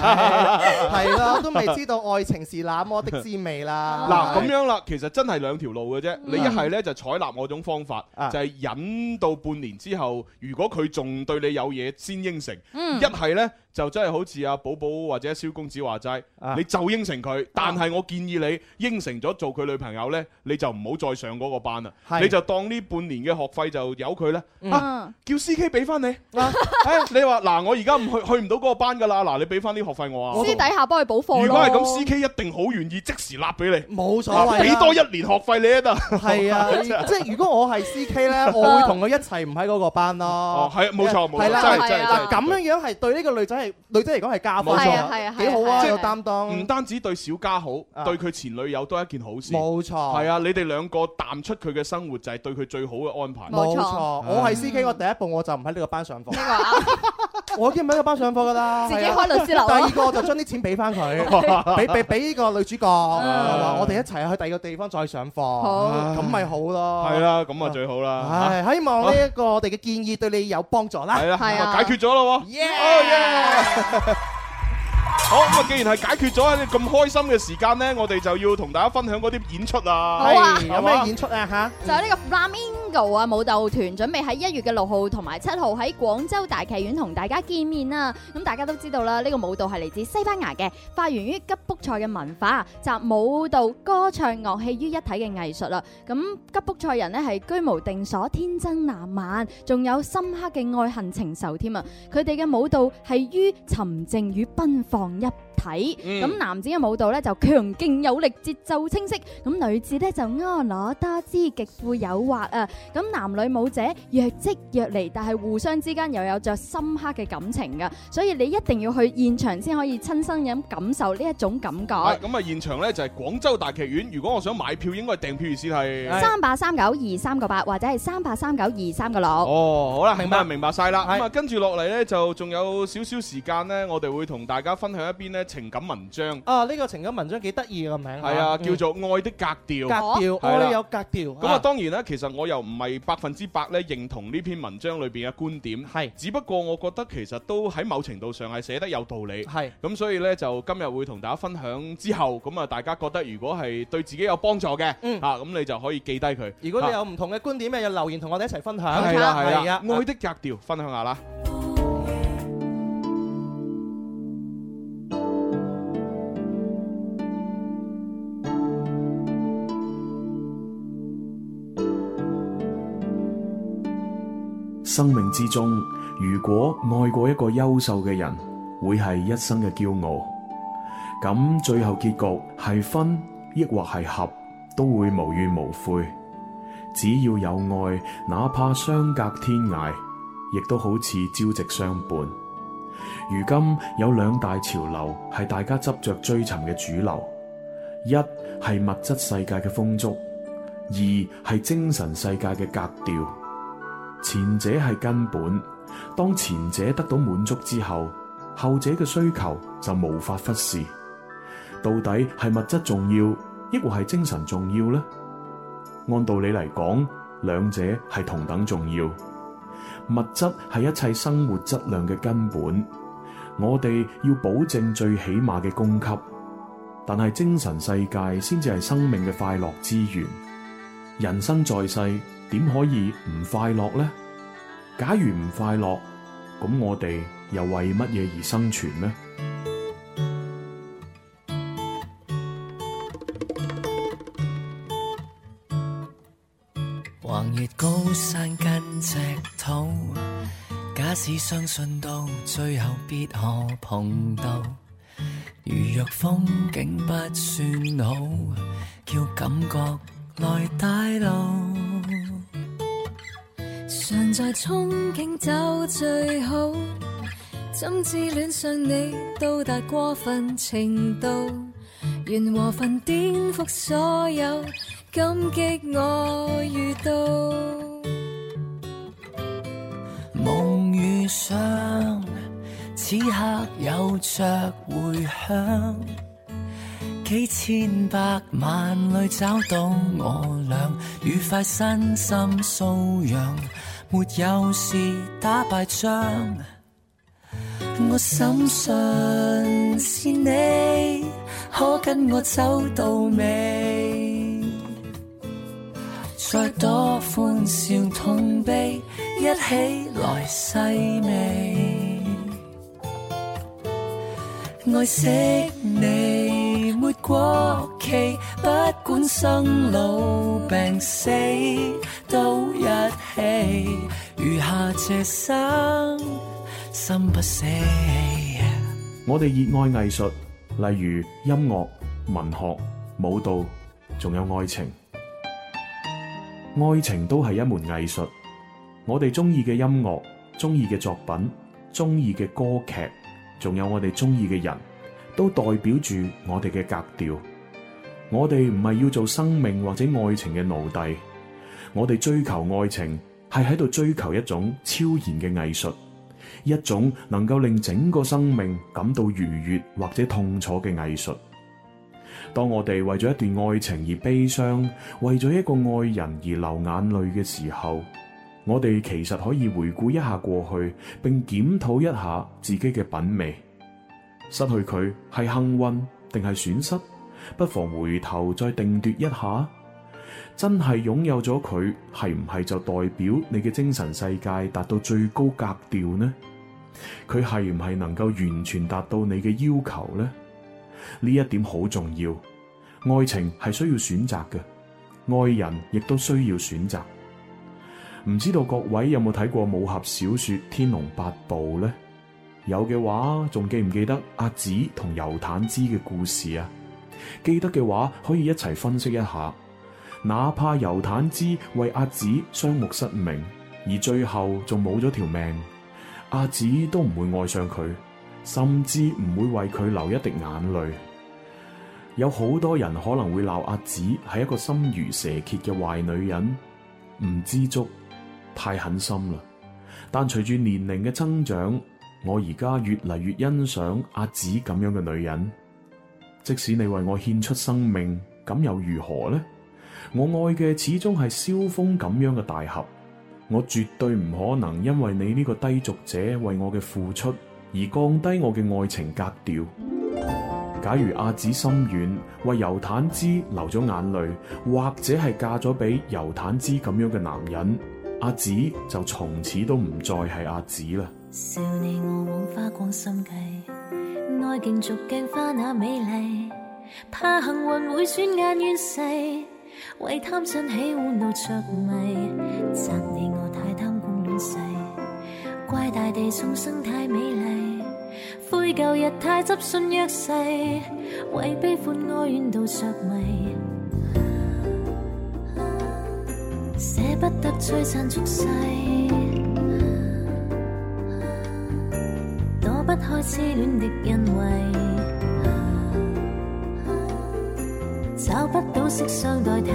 係咯，都未知道愛情是那麼的滋味啦。嗱咁樣啦，其實真係兩條路嘅啫。你一係呢，就採納我種方法，就係忍到半年之後，如果佢仲對你有嘢先應承；嗯一係呢，就真係好似阿寶寶或者蕭公子話齋，你就應承佢。但係我建議你應承咗做佢女朋友呢，你就唔好再上嗰個班啦，係你就當呢半年嘅學費就由佢啦。啊嗯，叫 C K 俾翻你。啊誒你話嗱，我而家唔去去唔到嗰個班㗎啦，嗱，你俾翻啲學費我啊。私底下幫佢補課咯。如果係咁，C K 一定好願意即時立俾你，冇所謂啦俾多一年學費你都得。係 [laughs] 啊，你即係如果我係 C K 咧，我會同佢一齊唔喺嗰個班咯。哦係冇錯冇錯係啦真係係真係啦真係咁樣樣係對呢個女仔係女仔嚟講係加分冇錯係㗎啊係啊，幾好啊，係啊有擔當。唔單止對小家好，對佢前女友都係一件好事。啊冇錯係啊，你哋兩個淡出佢嘅生活就係對佢最好嘅安排。冇錯，我嗯係 C K，我第一步我就唔喺呢個班 [laughs] 上課。我已經唔喺呢個班上課㗎啦。自己係啊開律師樓第二個我就將啲錢俾翻 [laughs] 佢，俾俾俾呢個女主角，嗯話我哋一齊去第二個地方再上課，咁咪嗯好咯。係啦，咁啊最好啦。嚇唉，希望呢一個我哋嘅建議對你有幫助啦。係啦，咁啊解決咗咯喎。好咁啊！既然係解決咗喺咁開心嘅時間呢，我哋就要同大家分享嗰啲演出啊。好啊係嘛有咩演出啊？吓？就係呢個 Flamingo 啊舞蹈團準備喺一月嘅六號同埋七號喺廣州大劇院同大家見面啦。咁大家都知道啦，呢、個舞蹈係嚟自西班牙嘅，發源於吉卜賽嘅文化，集舞蹈、歌唱、樂器於一體嘅藝術啦。咁吉卜賽人呢係居無定所、天真爛漫，仲有深刻嘅愛恨情仇添啊！佢哋嘅舞蹈係於沉靜與奔放一體，嗯咁、男子嘅舞蹈咧就強勁有力，節奏清晰；咁女子咧就呃婀娜多姿，極富誘惑啊！咁男女舞者若即若離，但係互相之間又有着深刻嘅感情噶，所以你一定要去現場先可以親身咁感受呢一種感係覺。咁啊！現場呢就係廣州大劇院。如果我想買票，應該係訂票先係。三八三九二三個八，或者係三八三九二三個六。哦，好啦，明白明白晒啦。咁啊，跟住落嚟呢，就仲有少少時間呢，我哋會同大家分享一篇呢情感文章，啊，呢個情感文章幾得意個名啊。係啊，嗯叫做《愛的格調》。格哦調，係啦我哋有格調。咁啊，當然啦，其實我又唔係百分之百咧認同呢篇文章裏邊嘅觀點，係，只不過我覺得其實都喺某程度上係寫得有道理，係，咁所以呢，就今日會同大家分享之後，咁啊大家覺得如果係對自己有幫助嘅，嗯啊咁你就可以記低佢。如果你啊有唔同嘅觀點嘅，有留言同我哋一齊分享。係啦係係啦啊，愛的格調分享下啦。生命之中，如果愛過一個優秀嘅人，會係一生嘅驕傲。咁最後結局係分抑或係合，都會無怨無悔。只要有愛，哪怕相隔天涯，亦都好似朝夕相伴。如今有兩大潮流係大家執着追尋嘅主流，一係物質世界嘅豐足，二係精神世界嘅格調。前者係根本，當前者得到滿足之後，後者嘅需求就無法忽視。到底係物質重要，抑或係精神重要呢？按道理嚟講，兩者係同等重要。物質係一切生活質量嘅根本，我哋要保證最起碼嘅供給。但係精神世界先至係生命嘅快樂之源。人生在世，點可以唔快樂呢？假如唔快樂，咁我哋又為乜嘢而生存呢？橫越高山跟赤土，假使相信到最後必可碰到。如若風景不算好，叫感覺來帶路。常在憧憬走最好，怎知戀上你到達過分程度？緣和份顛覆所有，感激我遇到。夢遇上，此刻有着回響，幾千百萬裏找到我倆，愉快身心素養，沒有事打敗仗。我深信是你，可跟我走到尾。再多歡笑痛悲，一起來細味。愛惜你，沒過期，不管生老病死，都一起。餘下這生，心不死。我哋熱愛藝術，例如音樂、文學、舞蹈，仲有愛情。愛情都係一門藝術。我哋中意嘅音樂、中意嘅作品、中意嘅歌劇，仲有我哋中意嘅人，都代表住我哋嘅格調。我哋唔係要做生命或者愛情嘅奴隸，我哋追求愛情係喺度追求一種超然嘅藝術，一種能夠令整個生命感到愉悅或者痛楚嘅藝術。當我哋為咗一段愛情而悲傷，為咗一個愛人而流眼淚嘅時候，我哋其實可以回顧一下過去，並檢討一下自己嘅品味。失去佢係幸運定係損失？不妨回頭再定奪一下。真係擁有咗佢，係唔係就代表你嘅精神世界達到最高格調呢？佢係唔係能夠完全達到你嘅要求呢？呢一點好重要。愛情係需要選擇嘅，愛人亦都需要選擇。唔知道各位有冇睇過武俠小說《天龍八部》呢？有嘅話，仲記唔記得阿紫同游坦之嘅故事啊？記得嘅話，可以一齊分析一下。哪怕游坦之為阿紫雙目失明，而最後仲冇咗條命，阿紫都唔會愛上佢。甚至唔會為佢流一滴眼淚。有好多人可能會鬧阿紫係一個心如蛇蠍嘅壞女人，唔知足，太狠心啦。但隨住年齡嘅增長，我而家越嚟越欣賞阿紫咁樣嘅女人。即使你為我獻出生命，咁又如何呢？我愛嘅始終係蕭峰咁樣嘅大俠，我絕對唔可能因為你呢個低俗者為我嘅付出而降低我嘅愛情格調。假如阿紫心軟，為尤坦之流咗眼淚，或者係嫁咗俾尤坦之咁樣嘅男人，阿紫就從此都唔再係阿紫啦。笑你我枉花光心計，愛競逐鏡花那美麗，怕幸運會轉眼遠逝，為貪新喜玩弄着迷，責你我太貪功亂世，怪大地眾生太美麗。灰舊日太執信約誓，為悲歡哀怨到着迷，捨不得摧殘俗世，躲不開痴戀的恩惠，找不到色相代替。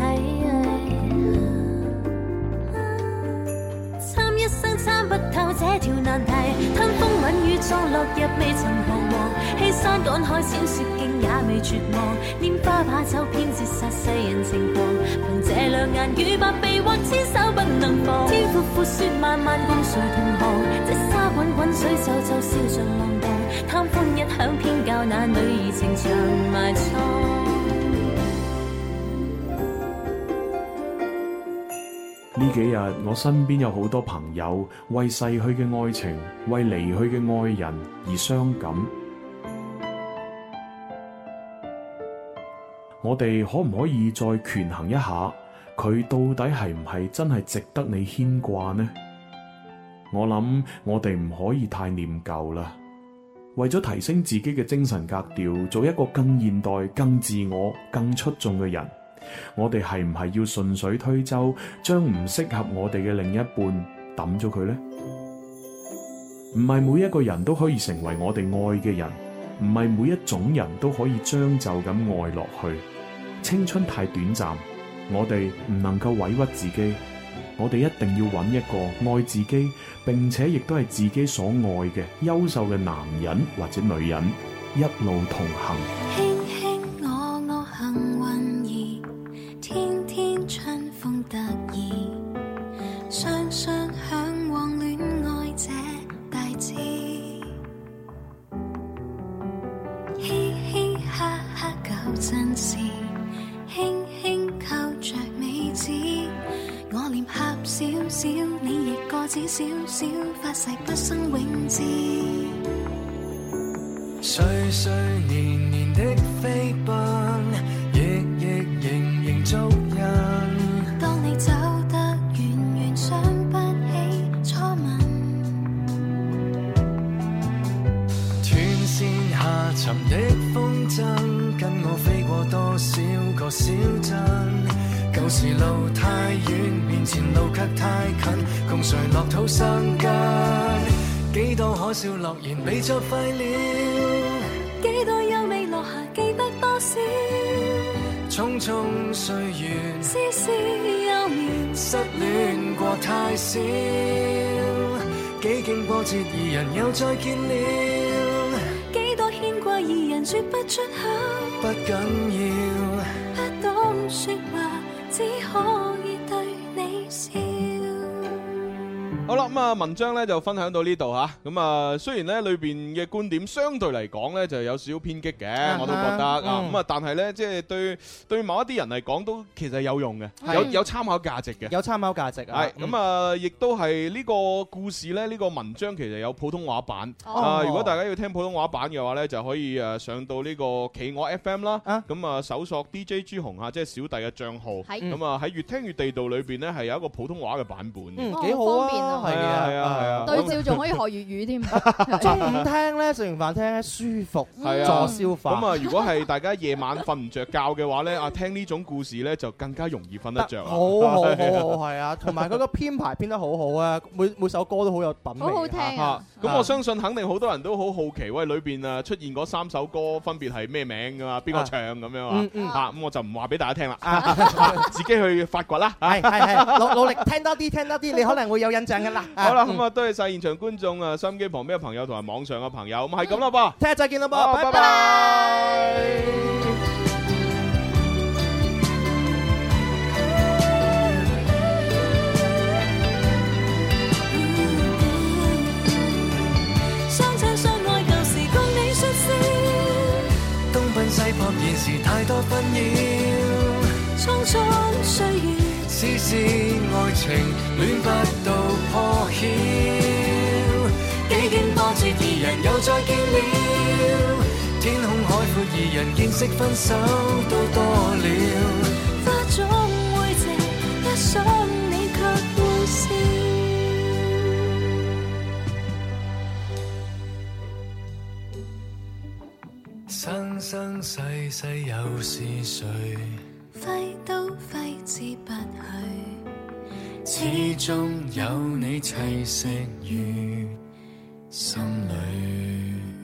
參一生參不透這條難題，吞風吻雨葬落日未曾彷徨，欺山趕海閃雪徑也未絕望，拈花把酒偏折殺世人情狂，憑這兩眼與百臂或千手不能防，天闊闊雪漫漫共誰同航，這沙滾滾水皺皺笑像浪蕩，貪歡一晌偏教那女兒情長埋藏。呢幾日我身邊有好多朋友為逝去嘅愛情、為離去嘅愛人而傷感。我哋可唔可以再權衡一下，佢到底係唔係真係值得你牽掛呢？我諗我哋唔可以太念舊啦。為咗提升自己嘅精神格調，做一個更現代、更自我、更出眾嘅人。我哋係唔係要順水推舟，將唔適合我哋嘅另一半抌咗佢呢？唔係每一個人都可以成為我哋愛嘅人，唔係每一種人都可以將就咁愛落去。青春太短暫，我哋唔能夠委屈自己，我哋一定要揾一個愛自己，並且亦都係自己所愛嘅優秀嘅男人或者女人，一路同行。卿卿我我幸運兒，天天春風得意，雙雙向往戀愛這大志。嘻嘻哈哈舊陣時，輕輕扣着尾指，我臉狹小小，你亦個子小小，發誓不生永誌。歲歲年年的飛奔，役役營營足印。當你走得遠遠，想不起初吻。斷線下沉的風箏，跟我飛過多少個小鎮？舊時路太遠，面前路卻太近，共誰落土生根？幾多可笑諾言被作廢了，幾多優美落下，記得多少？匆匆歲月，絲絲幼苗，失戀過太少，幾經波折，二人又再見了，幾多牽掛，二人說不出口，不緊要。不懂說話，只可以對你笑。好啦，咁啊，文章咧就分享到呢度吓，咁啊，雖然咧裏邊嘅觀點相對嚟講咧就有少少偏激嘅，我都覺得啊，嗯咁啊，但係咧即係對對某一啲人嚟講都其實有用嘅，係有有參考價值嘅。有參考價值啊。係咁啊，亦都係呢個故事咧，呢個文章其實有普通話版哦啊。如果大家要聽普通話版嘅話咧，就可以誒上到呢個企鵝 FM 啦，咁啊搜索 DJ 朱紅啊，即係小弟嘅帳號，係咁啊喺越聽越地道裏邊咧係有一個普通話嘅版本嘅，嗯哦幾好啊，係啊係啊係啊，對照仲可以學粵語添。中午嗯聽咧，食完飯聽咧，舒服，嗯助係啊，消化。咁啊，如果係大家夜晚瞓唔着覺嘅話咧，啊聽呢種故事咧就更加容易瞓得着啊。好好好好，係啊，同埋佢個編排編得好好啊，每每首歌都好有品味。啊咁我相信肯定好多人都好好奇，喂，裏邊啊出現嗰三首歌分別係咩名㗎嘛？邊個唱咁樣啊嗯？嗯啊啊，咁我就唔話俾大家聽啦， [laughs] 自己去發掘啦。係係 [laughs] 啊係努努力聽多啲，聽多啲，你可能會有印象噶啦。好啦，嗯咁啊，多謝晒現場觀眾啊，收音機旁邊嘅朋友同埋網上嘅朋友，咁係咁啦噃。聽日再見啦好噃，拜拜拜。相親相愛舊時共你説笑，東奔西撲，現時太多紛擾，匆匆歲月，絲絲愛情戀不到破曉，幾經波折二人又再見了，天空海闊，二人見識分手都多了。花總會謝，一想你卻會笑。生世世又是谁？挥都挥之不去，始終有你棲息於心裏。